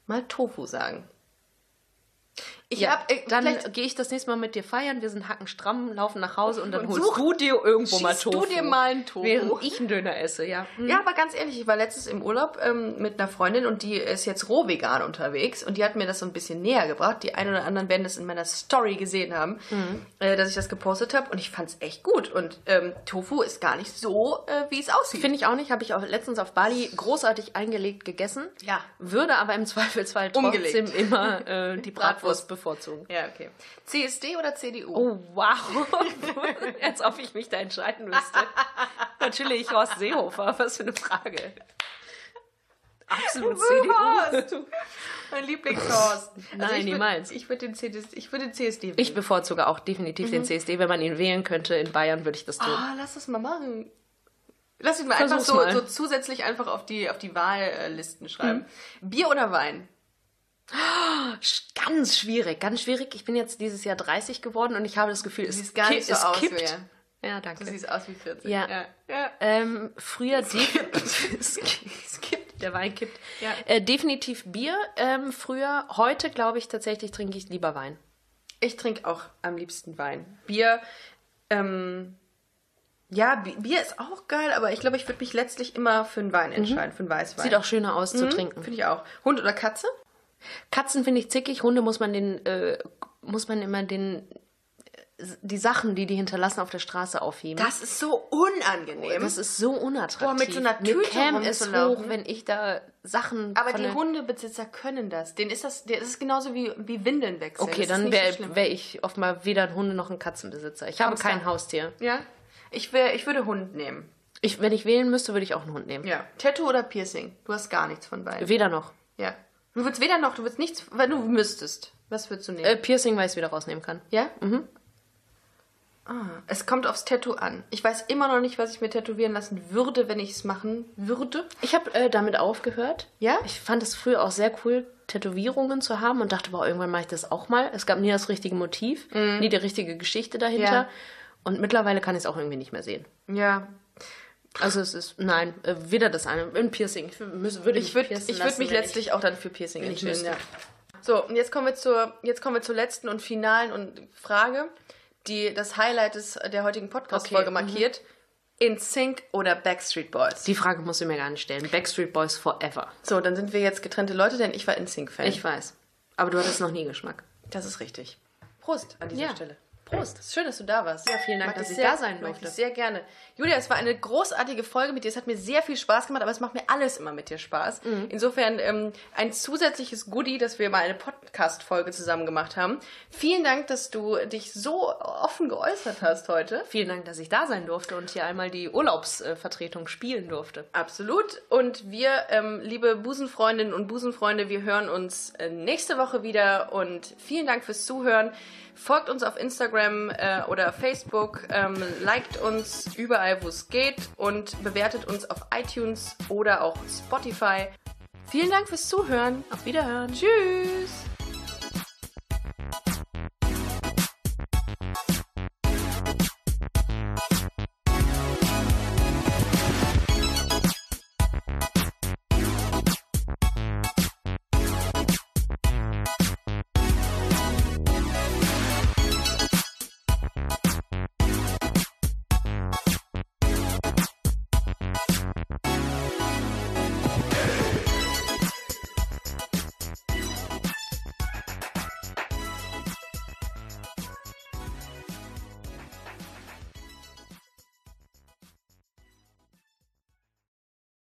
S2: mal Tofu sagen. Ich
S3: Ja,
S2: hab, äh,
S3: dann
S2: vielleicht
S3: gehe ich das nächste Mal mit dir feiern. Wir sind hackenstramm, laufen nach Hause und dann
S2: Und
S3: holst
S2: such-
S3: du dir irgendwo mal
S2: schießt du
S3: Tofu.
S2: dir mal einen Tofu.
S3: Während ich einen Döner esse, ja. Mhm.
S2: Ja, aber ganz ehrlich, ich war letztens im Urlaub ähm, mit einer Freundin und die ist jetzt roh vegan unterwegs und die hat mir das so ein bisschen näher gebracht. Die ein oder anderen werden das in meiner Story gesehen haben,
S3: Mhm.
S2: äh, dass ich das gepostet habe und ich fand's echt gut. Und ähm, Tofu ist gar nicht so, äh, wie es aussieht.
S3: Finde ich auch nicht. Habe ich auch letztens auf Bali großartig eingelegt gegessen.
S2: Ja.
S3: Würde aber im Zweifelsfall trotzdem
S2: Umgelegt. <laughs>
S3: immer äh, die Bratwurst,
S2: Bratwurst
S3: bevorzugen.
S2: Ja, okay. CSD oder CDU? <laughs>
S3: Oh, wow. <laughs> Als ob ich mich da
S2: <laughs>
S3: entscheiden müsste. Natürlich Horst Seehofer, was für eine Frage. Absolut CDU.
S2: Horst! Mein Lieblingshorst. Also
S3: Nein,
S2: ich würd-
S3: niemals.
S2: Ich würde den CSD, ich würde den CSD wählen.
S3: Ich bevorzuge auch definitiv den CSD. Wenn man ihn wählen könnte in Bayern, würde ich das tun.
S2: Mhm. Ah, lass das mal machen. Lass ihn mal
S3: Versuch's
S2: einfach
S3: mal.
S2: so, so zusätzlich einfach auf die, auf die Wahllisten schreiben.
S3: Mhm.
S2: Bier oder Wein?
S3: Sch- Ganz schwierig, ganz schwierig. Ich bin jetzt dieses Jahr 30 geworden und ich habe das Gefühl, es,
S2: siehst gar
S3: ki-
S2: nicht so
S3: es
S2: aus,
S3: kippt.
S2: Julia.
S3: Ja,
S2: Du
S3: danke.
S2: siehst aus wie 14.
S3: Ja.
S2: ja. ja.
S3: Ähm,
S2: <laughs>
S3: früher definitiv. es kippt, der Wein kippt.
S2: Ja.
S3: Äh, definitiv Bier. Ähm, früher, heute glaube ich tatsächlich, trinke ich lieber Wein.
S2: Ich trinke auch am liebsten Wein. Bier, ähm, ja, Bi- Bier ist auch geil, aber ich glaube, ich würde mich letztlich immer für einen Wein entscheiden, für einen Weißwein.
S3: Mhm. Sieht auch schöner aus
S2: Mhm.
S3: zu trinken.
S2: Finde ich auch. Hund oder Katze?
S3: Katzen finde ich zickig, Hunde muss man den, äh, muss man immer den, die Sachen, die die hinterlassen, auf der Straße aufheben.
S2: Das ist so unangenehm.
S3: Oh, Das ist so unattraktiv.
S2: Boah, mit so einer
S3: Mir
S2: Tüte
S3: käme es
S2: rumzulaufen.
S3: hoch, wenn ich da Sachen.
S2: aber
S3: von
S2: die
S3: der-
S2: Hundebesitzer können das. Denen ist das, der ist es genauso wie, wie Windeln wechseln. das
S3: Okay,
S2: ist
S3: dann
S2: nicht so
S3: wäre
S2: schlimm.
S3: wär ich oft mal weder ein Hunde noch ein Katzenbesitzer. Ich habe
S2: Hamster.
S3: kein Haustier.
S2: Ja. Ich, wär, ich würde Hund nehmen.
S3: Ich, wenn ich wählen müsste, würde ich auch einen Hund nehmen.
S2: Ja. Tattoo oder Piercing? Du hast gar nichts von beiden.
S3: Weder noch.
S2: Ja. Du würdest weder noch, du würdest nichts, weil du müsstest. Was würdest du nehmen?
S3: Äh, mhm. Piercing, weil ich es wieder rausnehmen kann.
S2: Ja? Ah, es kommt aufs Tattoo an. Ich weiß immer noch nicht, was ich mir tätowieren lassen würde, wenn ich es machen würde.
S3: Ich habe äh, damit aufgehört.
S2: Ja?
S3: Ich fand es früher auch sehr cool, Tätowierungen zu haben und dachte, boah, irgendwann mache ich das auch mal. Es gab nie das richtige Motiv, nie die richtige Geschichte dahinter.
S2: Ja.
S3: Und mittlerweile kann ich es auch irgendwie nicht mehr sehen.
S2: Ja.
S3: Also es ist, nein, äh, weder das eine. Ein Piercing. Ich würd- würde
S2: Ich würde
S3: piercen
S2: ich würd
S3: lassen,
S2: mich
S3: wenn ich-
S2: letztlich auch dann für Piercing
S3: ich
S2: entscheiden. Ja.
S3: müsste.
S2: So, und jetzt kommen wir zur, jetzt kommen wir zur letzten und finalen und Frage, die das Highlight des, der heutigen Podcast-Folge
S3: Okay, mhm.
S2: markiert. In Sync oder Backstreet Boys?
S3: Die Frage musst du mir gar nicht stellen. Backstreet Boys forever.
S2: So, dann sind wir jetzt getrennte Leute, denn ich war In Sync-Fan.
S3: Ich weiß. Aber du hattest noch nie Geschmack.
S2: Das ist richtig. Prost an dieser
S3: Ja.
S2: Stelle. Prost. Ist Schön, dass du da warst.
S3: Ja, vielen Dank,
S2: Mag
S3: dass ich
S2: sehr,
S3: da sein
S2: mag
S3: durfte.
S2: Ich sehr gerne. Julia, es war eine großartige Folge mit dir. Es hat mir sehr viel Spaß gemacht, aber es macht mir alles immer mit dir Spaß.
S3: Mhm.
S2: Insofern ähm, ein zusätzliches Goodie, dass wir mal eine Podcast-Folge zusammen gemacht haben. Vielen Dank, dass du dich so offen geäußert hast heute.
S3: Vielen Dank, dass ich da sein durfte und hier einmal die Urlaubsvertretung spielen durfte.
S2: Absolut. Und wir, ähm, liebe Busenfreundinnen und Busenfreunde, wir hören uns äh, nächste Woche wieder. Und vielen Dank fürs Zuhören. Folgt uns auf Instagram äh, oder Facebook, ähm, liked uns überall, wo es geht und bewertet uns auf iTunes oder auch Spotify. Vielen Dank fürs Zuhören.
S3: Auf Wiederhören.
S2: Tschüss.